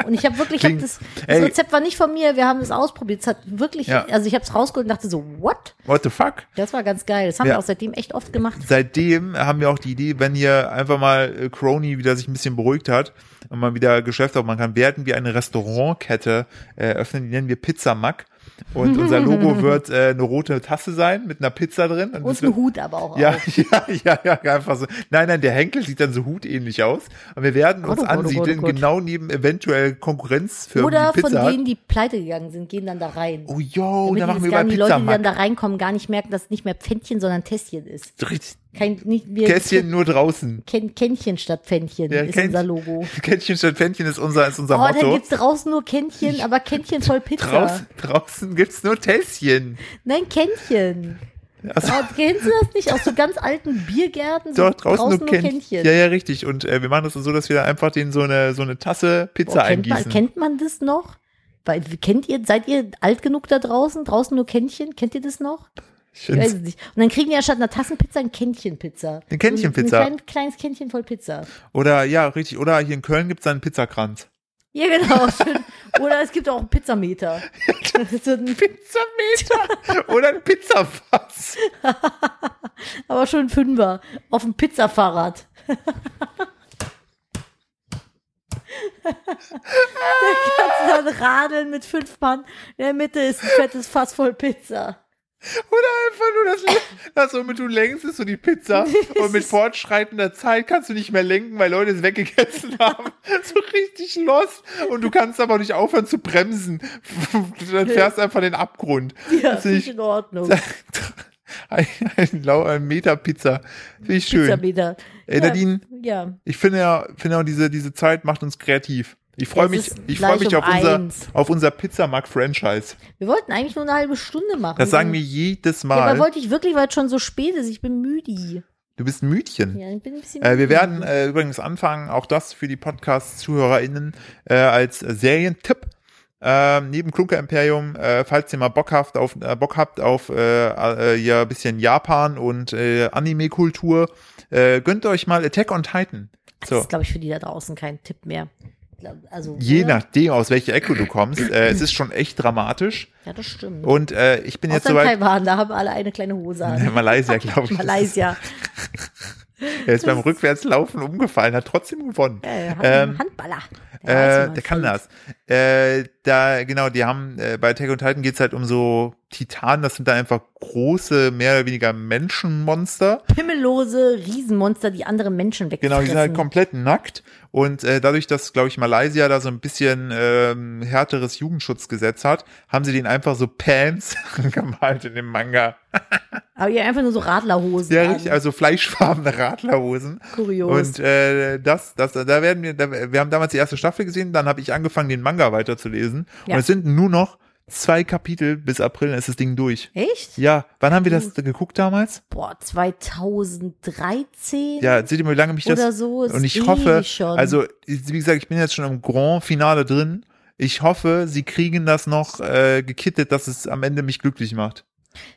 [SPEAKER 2] Und ich habe wirklich, ich hab
[SPEAKER 1] Klingt-
[SPEAKER 2] das, das
[SPEAKER 1] Ey.
[SPEAKER 2] Rezept war nicht von mir, wir haben es ausprobiert. Es hat wirklich,
[SPEAKER 1] Ja.
[SPEAKER 2] also ich habe es rausgeholt und dachte so, what?
[SPEAKER 1] What the fuck?
[SPEAKER 2] Das war ganz geil. Das haben wir
[SPEAKER 1] Ja.
[SPEAKER 2] auch seitdem echt oft gemacht.
[SPEAKER 1] seitdem haben wir auch die Idee, wenn ihr einfach mal äh, Crony wieder sich ein bisschen beruhigt hat und mal wieder Geschäfte aufmachen kann, werden wir eine Restaurantkette äh, öffnen, die nennen wir Pizza Mac. Und unser Logo wird äh, eine rote Tasse sein mit einer Pizza drin. Und
[SPEAKER 2] Und
[SPEAKER 1] das
[SPEAKER 2] ein
[SPEAKER 1] wird,
[SPEAKER 2] Hut aber auch.
[SPEAKER 1] ja,
[SPEAKER 2] auf.
[SPEAKER 1] (laughs) ja, ja, ja, einfach so. Nein, nein, der Henkel sieht dann so hutähnlich aus. Und wir werden
[SPEAKER 2] Gott,
[SPEAKER 1] uns
[SPEAKER 2] oh Gott, oh Gott, oh
[SPEAKER 1] ansiedeln,
[SPEAKER 2] Gott.
[SPEAKER 1] genau neben eventuell Konkurrenzfirmen,
[SPEAKER 2] Oder
[SPEAKER 1] die
[SPEAKER 2] von
[SPEAKER 1] Pizza
[SPEAKER 2] denen,
[SPEAKER 1] hat.
[SPEAKER 2] die pleite gegangen sind, gehen dann da rein.
[SPEAKER 1] Oh, yo,
[SPEAKER 2] Damit
[SPEAKER 1] da
[SPEAKER 2] die
[SPEAKER 1] machen
[SPEAKER 2] das
[SPEAKER 1] wir
[SPEAKER 2] gar-
[SPEAKER 1] über
[SPEAKER 2] die Leute,
[SPEAKER 1] Pizza
[SPEAKER 2] die dann
[SPEAKER 1] Mac.
[SPEAKER 2] da reinkommen, gar nicht merken, dass es nicht mehr Pfännchen, sondern Tässchen ist.
[SPEAKER 1] Richtig.
[SPEAKER 2] Kein, nicht, wir
[SPEAKER 1] Kästchen nur draußen. (laughs)
[SPEAKER 2] Ken, Kännchen statt Pfännchen
[SPEAKER 1] Ja,
[SPEAKER 2] ist
[SPEAKER 1] Kännchen.
[SPEAKER 2] unser Logo.
[SPEAKER 1] Kännchen statt Pfännchen ist unser, ist unser
[SPEAKER 2] Oh,
[SPEAKER 1] Motto.
[SPEAKER 2] dann gibt's draußen nur Kännchen, aber Kännchen voll Pizza.
[SPEAKER 1] Draußen, draußen gibt's nur Tässchen.
[SPEAKER 2] Nein, Kännchen.
[SPEAKER 1] Also,
[SPEAKER 2] Oh, kennst du das nicht? Aus so ganz alten Biergärten? So
[SPEAKER 1] doch, draußen, nur Kännchen. Ja, ja, richtig. Und äh, wir machen das so, dass wir da einfach den so eine, so eine Tasse Pizza
[SPEAKER 2] Boah, Oh, kennt, man,
[SPEAKER 1] eingießen.
[SPEAKER 2] kennt man das noch? Weil, kennt ihr, seid ihr alt genug da draußen? Draußen nur Kännchen? Kennt ihr das noch?
[SPEAKER 1] Ich
[SPEAKER 2] Ich weiß
[SPEAKER 1] find's-
[SPEAKER 2] es nicht. Und dann kriegen wir ja statt einer Tassenpizza ein Kännchen-Pizza.
[SPEAKER 1] Eine Kännchen-Pizza.
[SPEAKER 2] Ein klein, kleines Kännchen voll Pizza.
[SPEAKER 1] oder ja, richtig. Oder hier in Köln gibt's einen Pizzakranz.
[SPEAKER 2] Ja, genau. (laughs) Schön. Oder es gibt auch einen Pizzameter. (laughs) So ein-
[SPEAKER 1] Pizzameter (laughs) oder ein Pizzafass.
[SPEAKER 2] Aber schon ein Fünfer. Auf dem Pizzafahrrad. (laughs) da kannst du dann radeln mit fünf Mann. In der Mitte ist ein fettes Fass voll Pizza.
[SPEAKER 1] Oder einfach nur das, das womit du längst, ist so die Pizza.
[SPEAKER 2] (laughs)
[SPEAKER 1] Und mit fortschreitender Zeit kannst du nicht mehr lenken, weil Leute es weggegessen (laughs) haben. So richtig lost. Und du kannst aber nicht aufhören zu bremsen. (laughs) Dann fährst einfach den Abgrund.
[SPEAKER 2] Ja,
[SPEAKER 1] Das
[SPEAKER 2] ist
[SPEAKER 1] ist-
[SPEAKER 2] nicht in Ordnung.
[SPEAKER 1] (laughs) Ein, ein, Lau- ein Meter Pizza. Finde ich schön.
[SPEAKER 2] Pizzameter.
[SPEAKER 1] Ey, Nadine,
[SPEAKER 2] Ja.
[SPEAKER 1] ich finde ja, finde auch diese, diese Zeit macht uns kreativ. Ich freue
[SPEAKER 2] Es
[SPEAKER 1] mich,
[SPEAKER 2] ist
[SPEAKER 1] ich freue
[SPEAKER 2] gleich
[SPEAKER 1] mich
[SPEAKER 2] um
[SPEAKER 1] auf unser,
[SPEAKER 2] eins.
[SPEAKER 1] auf unser Pizzamarkt-Franchise.
[SPEAKER 2] Wir wollten eigentlich nur eine halbe Stunde machen.
[SPEAKER 1] Das sagen wir jedes
[SPEAKER 2] Mhm. Ja,
[SPEAKER 1] Mal.
[SPEAKER 2] aber wollte ich wirklich, weil es schon so spät ist. Ich bin müde.
[SPEAKER 1] du bist ein Mütchen.
[SPEAKER 2] Ja, ich bin ein bisschen
[SPEAKER 1] Äh, wir
[SPEAKER 2] müde.
[SPEAKER 1] werden äh, übrigens anfangen, auch das für die Podcast-ZuhörerInnen äh, als Serientipp. Äh, neben Klunker Imperium, äh, falls ihr mal Bock habt auf, äh, Bock habt auf äh, äh, ja, ein bisschen Japan und äh, Anime-Kultur, äh, gönnt euch mal Attack on Titan.
[SPEAKER 2] Das
[SPEAKER 1] So,
[SPEAKER 2] ist, glaube ich, für die da draußen kein Tipp mehr. Ich glaub, Also,
[SPEAKER 1] je
[SPEAKER 2] oder?
[SPEAKER 1] nachdem, aus welcher Ecke du kommst, äh, es ist schon echt dramatisch.
[SPEAKER 2] Ja, das stimmt.
[SPEAKER 1] Und äh, ich bin jetzt
[SPEAKER 2] Außer in
[SPEAKER 1] soweit.
[SPEAKER 2] Taiwan, da haben alle eine kleine
[SPEAKER 1] (laughs)
[SPEAKER 2] Hose an.
[SPEAKER 1] Malaysia, glaube ich.
[SPEAKER 2] Malaysia.
[SPEAKER 1] Er ist beim Rückwärtslaufen umgefallen, hat trotzdem gewonnen.
[SPEAKER 2] Äh, hat
[SPEAKER 1] Ähm,
[SPEAKER 2] einen Handballer. weiß, wie
[SPEAKER 1] Äh,
[SPEAKER 2] man
[SPEAKER 1] der kann
[SPEAKER 2] fällt.
[SPEAKER 1] das. Äh, da, genau, die haben, äh, bei Attack on Titan geht's halt um so Titanen, das sind da einfach große, mehr oder weniger Menschenmonster.
[SPEAKER 2] Pimmellose Riesenmonster, die andere Menschen wegfressen.
[SPEAKER 1] Genau, die sind halt komplett nackt. Und äh, dadurch, dass, glaube ich, Malaysia da so ein bisschen ähm, härteres Jugendschutzgesetz hat, haben sie den einfach so Pants (laughs) gemalt in dem Manga.
[SPEAKER 2] Aber ihr habt einfach nur so Radlerhosen.
[SPEAKER 1] Ja,
[SPEAKER 2] an.
[SPEAKER 1] richtig, also fleischfarbene Radlerhosen.
[SPEAKER 2] Kurios.
[SPEAKER 1] Und äh, das, das, da werden wir, da, wir haben damals die erste Staffel gesehen, dann habe ich angefangen, den Manga weiterzulesen.
[SPEAKER 2] Ja.
[SPEAKER 1] Und es sind nur noch zwei Kapitel bis April, dann ist das Ding durch.
[SPEAKER 2] Echt?
[SPEAKER 1] Ja, wann haben wir das geguckt damals?
[SPEAKER 2] Boah, 2013?
[SPEAKER 1] Ja, seht ihr mal, wie lange mich das.
[SPEAKER 2] Oder so, ist
[SPEAKER 1] und ich
[SPEAKER 2] ewig
[SPEAKER 1] hoffe,
[SPEAKER 2] schon.
[SPEAKER 1] also wie gesagt, ich bin jetzt schon im Grand Finale drin. Ich hoffe, sie kriegen das noch äh, gekittet, dass es am Ende mich glücklich macht.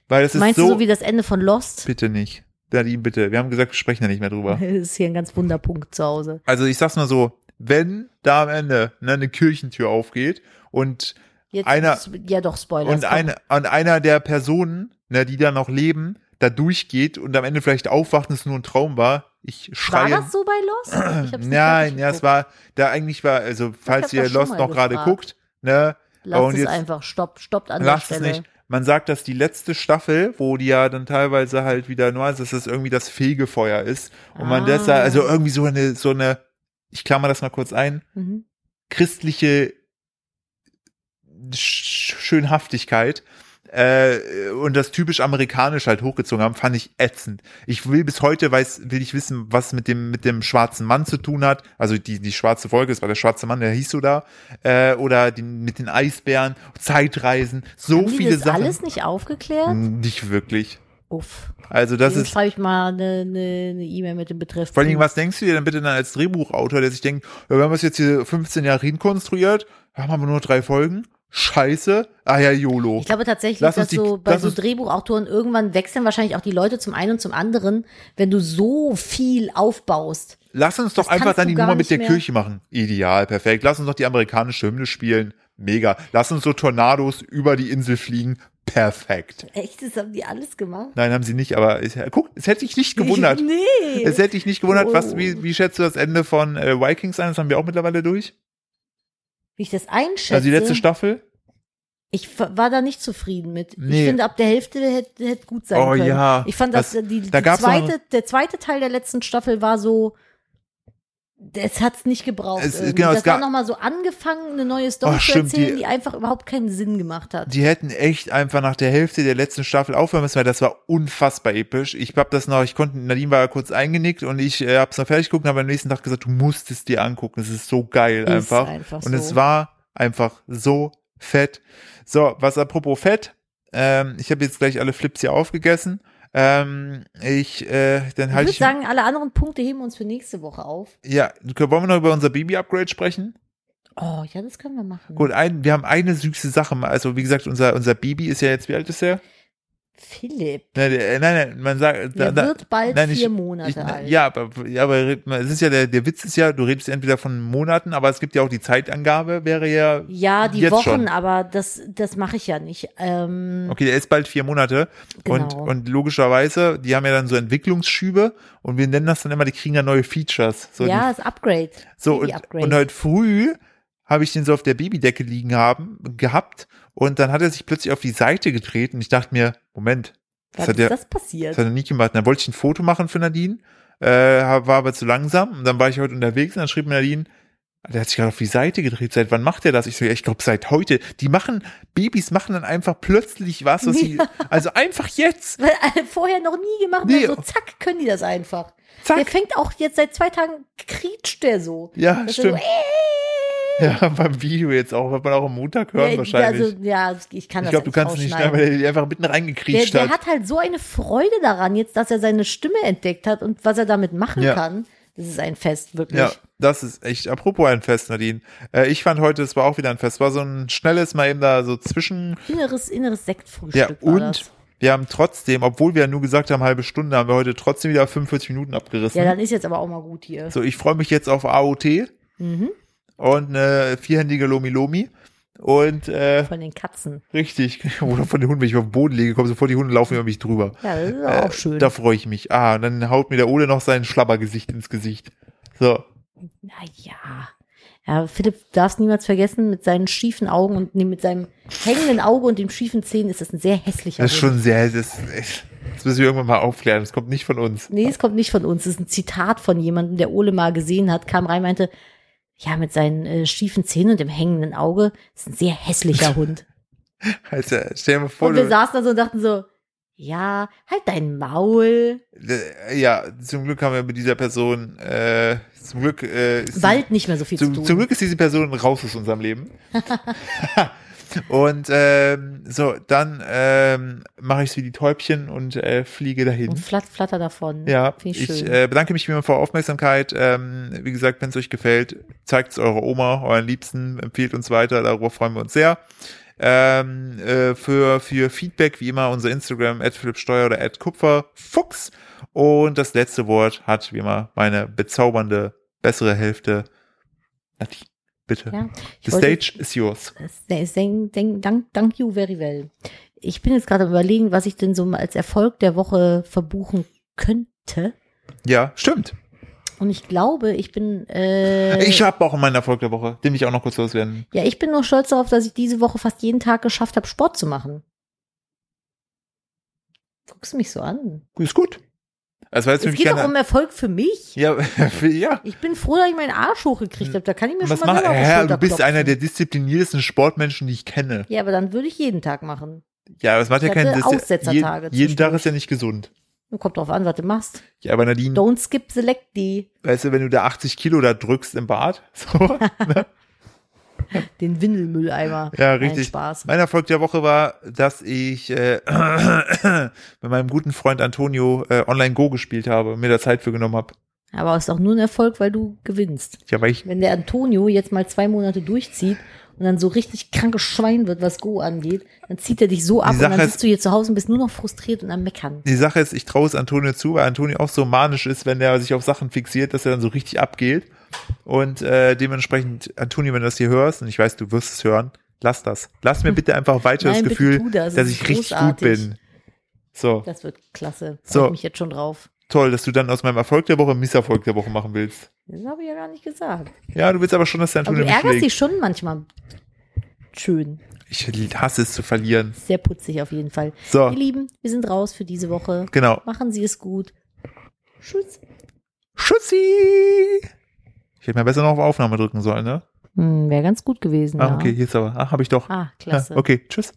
[SPEAKER 1] Weil es ist
[SPEAKER 2] Meinst
[SPEAKER 1] so.
[SPEAKER 2] du so wie das Ende von Lost?
[SPEAKER 1] bitte nicht. Nadine, bitte. Wir haben gesagt, wir sprechen da nicht mehr drüber.
[SPEAKER 2] Das (laughs) ist hier ein ganz Wunderpunkt zu Hause.
[SPEAKER 1] Also ich sag's mal so, wenn da am Ende ne, eine Kirchentür aufgeht und
[SPEAKER 2] Jetzt
[SPEAKER 1] Einer-
[SPEAKER 2] ist- ja doch, Spoiler.
[SPEAKER 1] und, eine, und einer der Personen, ne, die da noch leben, da durchgeht und am Ende vielleicht aufwacht und es nur ein Traum war, ich
[SPEAKER 2] war
[SPEAKER 1] schreie.
[SPEAKER 2] das so bei Lost? Ich hab's nicht
[SPEAKER 1] Nein,
[SPEAKER 2] fertig
[SPEAKER 1] ja, es
[SPEAKER 2] geguckt.
[SPEAKER 1] war, da eigentlich war, also falls
[SPEAKER 2] hab
[SPEAKER 1] ihr
[SPEAKER 2] das schon
[SPEAKER 1] Lost
[SPEAKER 2] mal
[SPEAKER 1] noch gerade
[SPEAKER 2] gefragt.
[SPEAKER 1] guckt, ne, und
[SPEAKER 2] Lasst es
[SPEAKER 1] jetzt-
[SPEAKER 2] einfach, stoppt, stoppt an
[SPEAKER 1] lasst
[SPEAKER 2] der
[SPEAKER 1] es
[SPEAKER 2] Stelle.
[SPEAKER 1] nicht. Man sagt, dass die letzte Staffel, wo die ja dann teilweise halt wieder nur, dass es irgendwie das Fegefeuer ist und man
[SPEAKER 2] Ah.
[SPEAKER 1] deshalb, also irgendwie so eine, so eine, ich klammer das mal kurz ein,
[SPEAKER 2] Mhm.
[SPEAKER 1] christliche Sch Schönhaftigkeit äh, und das typisch amerikanisch halt hochgezogen haben, fand ich ätzend. Ich will bis heute weiß, will ich wissen, was mit dem mit dem schwarzen Mann zu tun hat. Also die die schwarze Folge, es war der schwarze Mann, der hieß so da, äh, oder die, mit den Eisbären, Zeitreisen, so
[SPEAKER 2] Haben die
[SPEAKER 1] viele
[SPEAKER 2] das
[SPEAKER 1] Sachen.
[SPEAKER 2] alles nicht aufgeklärt?
[SPEAKER 1] Nicht wirklich.
[SPEAKER 2] Uff.
[SPEAKER 1] Also das
[SPEAKER 2] Dem
[SPEAKER 1] ist
[SPEAKER 2] schreibe ich mal eine ne, ne E-Mail mit dem Betreff.
[SPEAKER 1] Vor allen Dingen, was denkst du dir denn bitte dann als Drehbuchautor, der sich denkt, ja, wir haben das jetzt hier 15 Jahre hinkonstruiert, haben aber nur drei Folgen, scheiße, ah ja, YOLO.
[SPEAKER 2] Ich glaube tatsächlich,
[SPEAKER 1] Lass uns
[SPEAKER 2] dass
[SPEAKER 1] die-
[SPEAKER 2] so bei
[SPEAKER 1] lass
[SPEAKER 2] so
[SPEAKER 1] uns-
[SPEAKER 2] Drehbuchautoren irgendwann wechseln wahrscheinlich auch die Leute zum einen und zum anderen, wenn du so viel aufbaust.
[SPEAKER 1] Lass uns doch
[SPEAKER 2] das
[SPEAKER 1] einfach
[SPEAKER 2] kannst
[SPEAKER 1] dann
[SPEAKER 2] du
[SPEAKER 1] die
[SPEAKER 2] gar
[SPEAKER 1] Nummer mit
[SPEAKER 2] nicht
[SPEAKER 1] der
[SPEAKER 2] mehr.
[SPEAKER 1] Kirche machen. Ideal, perfekt. Lass uns doch die amerikanische Hymne spielen, mega. Lass uns so Tornados über die Insel fliegen, perfekt.
[SPEAKER 2] Echt, das haben die alles gemacht?
[SPEAKER 1] Nein, haben sie nicht, aber es, guck, es hätte dich nicht gewundert.
[SPEAKER 2] (laughs) Nee.
[SPEAKER 1] Es hätte dich nicht gewundert, was,
[SPEAKER 2] Oh.
[SPEAKER 1] wie, wie schätzt du das Ende von äh, Vikings ein? Das haben wir auch mittlerweile durch.
[SPEAKER 2] Wie ich das einschätze.
[SPEAKER 1] Also die letzte Staffel.
[SPEAKER 2] Ich f- war da nicht zufrieden mit.
[SPEAKER 1] Nee.
[SPEAKER 2] Ich finde, ab der Hälfte hätte, hätte gut sein
[SPEAKER 1] Oh
[SPEAKER 2] können.
[SPEAKER 1] ja.
[SPEAKER 2] Ich fand, dass
[SPEAKER 1] Das-
[SPEAKER 2] die, die
[SPEAKER 1] da gab's noch-
[SPEAKER 2] zweite, der zweite Teil der letzten Staffel war so, es hat's nicht gebraucht.
[SPEAKER 1] Es-
[SPEAKER 2] irgendwie.
[SPEAKER 1] genau, es
[SPEAKER 2] das war
[SPEAKER 1] gab-
[SPEAKER 2] nochmal so angefangen, eine neue Story
[SPEAKER 1] Oh,
[SPEAKER 2] zu
[SPEAKER 1] stimmt,
[SPEAKER 2] erzählen, die,
[SPEAKER 1] die-
[SPEAKER 2] einfach überhaupt keinen Sinn gemacht hat.
[SPEAKER 1] Die hätten echt einfach nach der Hälfte der letzten Staffel aufhören müssen, weil das war unfassbar episch. Ich hab das noch, ich konnte, Nadine war ja kurz eingenickt und ich äh, hab's noch fertig geguckt und habe am nächsten Tag gesagt, du musst es dir angucken. Es ist so geil
[SPEAKER 2] Ist
[SPEAKER 1] einfach.
[SPEAKER 2] einfach
[SPEAKER 1] Und es
[SPEAKER 2] so.
[SPEAKER 1] war einfach so fett. So, was apropos fett, ähm, ich habe jetzt gleich alle Flips hier aufgegessen. Ähm, ich, äh, dann halte
[SPEAKER 2] ich würde
[SPEAKER 1] ich.
[SPEAKER 2] sagen, alle anderen Punkte heben wir uns für nächste Woche auf.
[SPEAKER 1] ja, wollen wir noch über unser Baby-Upgrade sprechen?
[SPEAKER 2] Oh, ja, das können wir machen.
[SPEAKER 1] Gut, ein, wir haben eine süße Sache. Also, wie gesagt, unser, unser Baby ist ja jetzt, wie alt ist er?
[SPEAKER 2] Philipp,
[SPEAKER 1] Nein, der- äh, nein, nein, man sagt, da,
[SPEAKER 2] der
[SPEAKER 1] da,
[SPEAKER 2] wird bald
[SPEAKER 1] nein, ich-
[SPEAKER 2] vier Monate
[SPEAKER 1] ich,
[SPEAKER 2] alt.
[SPEAKER 1] ja, aber, ja, aber red- es ist ja der, der Witz ist ja, du redest entweder von Monaten, aber es gibt ja auch die Zeitangabe, wäre ja,
[SPEAKER 2] Ja, die
[SPEAKER 1] Jetzt
[SPEAKER 2] Wochen,
[SPEAKER 1] schon.
[SPEAKER 2] aber das, das mache ich ja nicht. Ähm,
[SPEAKER 1] okay, der ist bald vier Monate und,
[SPEAKER 2] Genau.
[SPEAKER 1] und logischerweise, die haben ja dann so Entwicklungsschübe und wir nennen das dann immer, die kriegen ja neue Features. So,
[SPEAKER 2] ja,
[SPEAKER 1] die,
[SPEAKER 2] das Upgrade.
[SPEAKER 1] so und,
[SPEAKER 2] Baby-Upgrade.
[SPEAKER 1] und heute früh habe ich den so auf der Babydecke liegen haben, gehabt und dann hat er sich plötzlich auf die Seite gedreht und ich dachte mir, Moment,
[SPEAKER 2] Was
[SPEAKER 1] das hat,
[SPEAKER 2] ist
[SPEAKER 1] er,
[SPEAKER 2] das passiert?
[SPEAKER 1] das hat er nicht gemacht. Dann halt, wollte ich ein Foto machen für Nadine, äh, hab- war aber zu langsam und dann war ich heute unterwegs und dann schrieb mir Nadine, der hat sich gerade auf die Seite gedreht, seit wann macht er das? Ich so, ja, ich glaube seit heute. Die machen, Babys machen dann einfach plötzlich was, was sie, also einfach
[SPEAKER 2] (laughs)
[SPEAKER 1] jetzt.
[SPEAKER 2] Weil alle vorher noch nie gemacht
[SPEAKER 1] Nee.
[SPEAKER 2] haben, so zack, können die das einfach. Der
[SPEAKER 1] Zack.
[SPEAKER 2] fängt auch jetzt seit zwei Tagen, kriecht der so.
[SPEAKER 1] Ja,
[SPEAKER 2] Dass
[SPEAKER 1] stimmt.
[SPEAKER 2] Er so, äh,
[SPEAKER 1] Ja, beim Video jetzt auch, wird man auch am Montag hören
[SPEAKER 2] ja,
[SPEAKER 1] wahrscheinlich.
[SPEAKER 2] Also, ja, ich kann
[SPEAKER 1] ich
[SPEAKER 2] das
[SPEAKER 1] glaube, du
[SPEAKER 2] eigentlich
[SPEAKER 1] kannst es nicht schneiden,
[SPEAKER 2] rausschneiden.
[SPEAKER 1] weil er die einfach mitten
[SPEAKER 2] der,
[SPEAKER 1] reingekriecht
[SPEAKER 2] der
[SPEAKER 1] hat.
[SPEAKER 2] hat halt so eine Freude daran jetzt, dass er seine Stimme entdeckt hat und was er damit machen
[SPEAKER 1] Ja.
[SPEAKER 2] kann. Das ist ein Fest, wirklich.
[SPEAKER 1] Ja, das ist echt. Apropos ein Fest, Nadine. Äh, ich fand heute, es war auch wieder ein Fest. War so ein schnelles Mal eben da so zwischen.
[SPEAKER 2] Inneres, inneres
[SPEAKER 1] Ja,
[SPEAKER 2] Sektfrühstück war
[SPEAKER 1] und
[SPEAKER 2] das.
[SPEAKER 1] wir haben trotzdem, obwohl wir ja nur gesagt haben, halbe Stunde, haben wir heute trotzdem wieder 45 Minuten abgerissen.
[SPEAKER 2] Ja, dann ist jetzt aber auch mal gut hier.
[SPEAKER 1] so, ich freue mich jetzt auf AOT
[SPEAKER 2] Mhm.
[SPEAKER 1] und eine vierhändige Lomi Lomi. Und äh,
[SPEAKER 2] Von den Katzen.
[SPEAKER 1] richtig, (laughs) oder von den Hunden, wenn ich auf den Boden liege, kommen sofort die Hunde laufen über mich drüber.
[SPEAKER 2] Ja, das ist
[SPEAKER 1] Äh,
[SPEAKER 2] auch schön.
[SPEAKER 1] Da freue ich mich. Ah, und dann haut mir der Ole noch sein Schlabbergesicht ins Gesicht. So.
[SPEAKER 2] Naja. Ah, Ja, Philipp darf es niemals vergessen, mit seinen schiefen Augen und nee, mit seinem hängenden Auge und dem schiefen Zähnen ist das ein sehr hässlicher
[SPEAKER 1] Das ist
[SPEAKER 2] Hund.
[SPEAKER 1] schon sehr, das, das müssen wir irgendwann mal aufklären. Das kommt nicht von uns.
[SPEAKER 2] Nee, es kommt nicht von uns. Es ist ein Zitat von jemandem, der Ole mal gesehen hat, kam rein, meinte, ja, mit seinen äh, schiefen Zähnen und dem hängenden Auge ist ein
[SPEAKER 1] (laughs)
[SPEAKER 2] sehr hässlicher Hund.
[SPEAKER 1] Also, stell dir mal vor,
[SPEAKER 2] Und wir
[SPEAKER 1] du,
[SPEAKER 2] saßen da so und dachten so, ja, halt dein Maul,
[SPEAKER 1] äh, ja, zum Glück haben wir mit dieser Person, äh, zum Glück, äh, ist
[SPEAKER 2] bald nicht mehr so viel
[SPEAKER 1] zum,
[SPEAKER 2] zu
[SPEAKER 1] zum
[SPEAKER 2] tun.
[SPEAKER 1] Glück ist diese Person raus aus unserem Leben. (laughs) und ähm, so, dann ähm, mache ich so die Täubchen und äh, fliege dahin.
[SPEAKER 2] Und flatt, flatter davon.
[SPEAKER 1] Ja,
[SPEAKER 2] Mhm. Finde ich,
[SPEAKER 1] ich,
[SPEAKER 2] schön.
[SPEAKER 1] äh, bedanke mich wie immer für eure Aufmerksamkeit. Ähm, wie gesagt, wenn es euch gefällt, zeigt es eurer Oma, euren Liebsten, empfiehlt uns weiter, darüber freuen wir uns sehr. Ähm, äh, für, für Feedback, wie immer, unser Instagram, @philippsteuer oder @kupferfuchs. Und das letzte Wort hat, wie immer, meine bezaubernde, bessere Hälfte. Nadine, bitte.
[SPEAKER 2] ja.
[SPEAKER 1] The
[SPEAKER 2] Ich wollte-
[SPEAKER 1] stage is yours.
[SPEAKER 2] Thank, thank, thank, thank you very well. Ich bin jetzt gerade am überlegen, was ich denn so mal als Erfolg der Woche verbuchen könnte.
[SPEAKER 1] Ja, stimmt.
[SPEAKER 2] Und ich glaube, ich bin äh,
[SPEAKER 1] (laughs) ich habe auch meinen Erfolg der Woche, den will ich auch noch kurz loswerden.
[SPEAKER 2] ja, ich bin nur stolz darauf, dass ich diese Woche fast jeden Tag geschafft habe, Sport zu machen. Guckst du mich so an?
[SPEAKER 1] Ist gut. Das war jetzt für Also,
[SPEAKER 2] Es
[SPEAKER 1] mich
[SPEAKER 2] geht um- doch
[SPEAKER 1] keine,
[SPEAKER 2] um Erfolg für mich.
[SPEAKER 1] ja, ja, (laughs)
[SPEAKER 2] Ich bin froh, dass ich meinen Arsch hochgekriegt habe. Da kann ich mir
[SPEAKER 1] Was
[SPEAKER 2] schon mal
[SPEAKER 1] mach,
[SPEAKER 2] selber auf die
[SPEAKER 1] Herr,
[SPEAKER 2] Schulter
[SPEAKER 1] du bist
[SPEAKER 2] klopfen.
[SPEAKER 1] einer der diszipliniertesten Sportmenschen, die ich kenne.
[SPEAKER 2] Ja, aber dann würde ich jeden Tag machen.
[SPEAKER 1] Ja, aber es macht ja
[SPEAKER 2] Ich
[SPEAKER 1] keinen das
[SPEAKER 2] hatte
[SPEAKER 1] ist ja-
[SPEAKER 2] Aussetzertage
[SPEAKER 1] je- jeden Tag ist ja nicht gesund.
[SPEAKER 2] Nun kommt drauf an, was du machst.
[SPEAKER 1] Ja, aber Nadine,
[SPEAKER 2] Don't skip select die,
[SPEAKER 1] weißt du, wenn du da 80 Kilo da drückst im Bad, (laughs)
[SPEAKER 2] (laughs)
[SPEAKER 1] so,
[SPEAKER 2] den
[SPEAKER 1] (laughs)
[SPEAKER 2] Windelmülleimer.
[SPEAKER 1] ja,
[SPEAKER 2] Nein,
[SPEAKER 1] richtig.
[SPEAKER 2] Spaß.
[SPEAKER 1] Mein Erfolg der Woche war, dass ich äh, (clears throat) mit meinem guten Freund Antonio äh, online Go gespielt habe und mir da Zeit für genommen habe.
[SPEAKER 2] Aber es ist auch nur ein Erfolg, weil du gewinnst.
[SPEAKER 1] Ja, weil ich,
[SPEAKER 2] Wenn der Antonio jetzt mal zwei Monate durchzieht und dann so richtig krankes Schwein wird, was Go angeht, dann zieht er dich so ab und
[SPEAKER 1] Sache
[SPEAKER 2] dann
[SPEAKER 1] ist-
[SPEAKER 2] sitzt du hier zu Hause und bist nur noch frustriert und am Meckern.
[SPEAKER 1] die Sache ist, ich traue es Antonio zu, weil Antonio auch so manisch ist, wenn er sich auf Sachen fixiert, dass er dann so richtig abgeht. Und äh, dementsprechend, Antonio, wenn du das hier hörst, und ich weiß, du wirst es hören, lass das. Lass mir bitte einfach weiter
[SPEAKER 2] Hm. Nein,
[SPEAKER 1] das
[SPEAKER 2] bitte
[SPEAKER 1] Gefühl,
[SPEAKER 2] tu das,
[SPEAKER 1] dass
[SPEAKER 2] es
[SPEAKER 1] ich
[SPEAKER 2] ist
[SPEAKER 1] richtig
[SPEAKER 2] großartig.
[SPEAKER 1] gut bin. So,
[SPEAKER 2] Das wird klasse.
[SPEAKER 1] So.
[SPEAKER 2] Freue ich mich jetzt schon drauf.
[SPEAKER 1] toll, dass du dann aus meinem Erfolg der Woche einen Misserfolg der Woche machen willst.
[SPEAKER 2] Das habe ich ja gar nicht gesagt.
[SPEAKER 1] Ja, du willst aber schon, dass der
[SPEAKER 2] Aber
[SPEAKER 1] Antonio
[SPEAKER 2] du
[SPEAKER 1] mich
[SPEAKER 2] Also ärgerst dich
[SPEAKER 1] schlägt.
[SPEAKER 2] schon manchmal. Schön.
[SPEAKER 1] Ich hasse es zu verlieren.
[SPEAKER 2] Sehr putzig auf jeden Fall.
[SPEAKER 1] So,
[SPEAKER 2] Ihr Lieben, wir sind raus für diese Woche.
[SPEAKER 1] genau.
[SPEAKER 2] Machen Sie es gut. Tschüss.
[SPEAKER 1] Schutzi! Ich hätte mir besser noch auf Aufnahme drücken sollen, ne?
[SPEAKER 2] Hm, Wäre ganz gut gewesen.
[SPEAKER 1] Ah,
[SPEAKER 2] ja.
[SPEAKER 1] okay, hier ist aber. Ah, hab ich doch. Ja,
[SPEAKER 2] Ah, klasse.
[SPEAKER 1] okay, tschüss.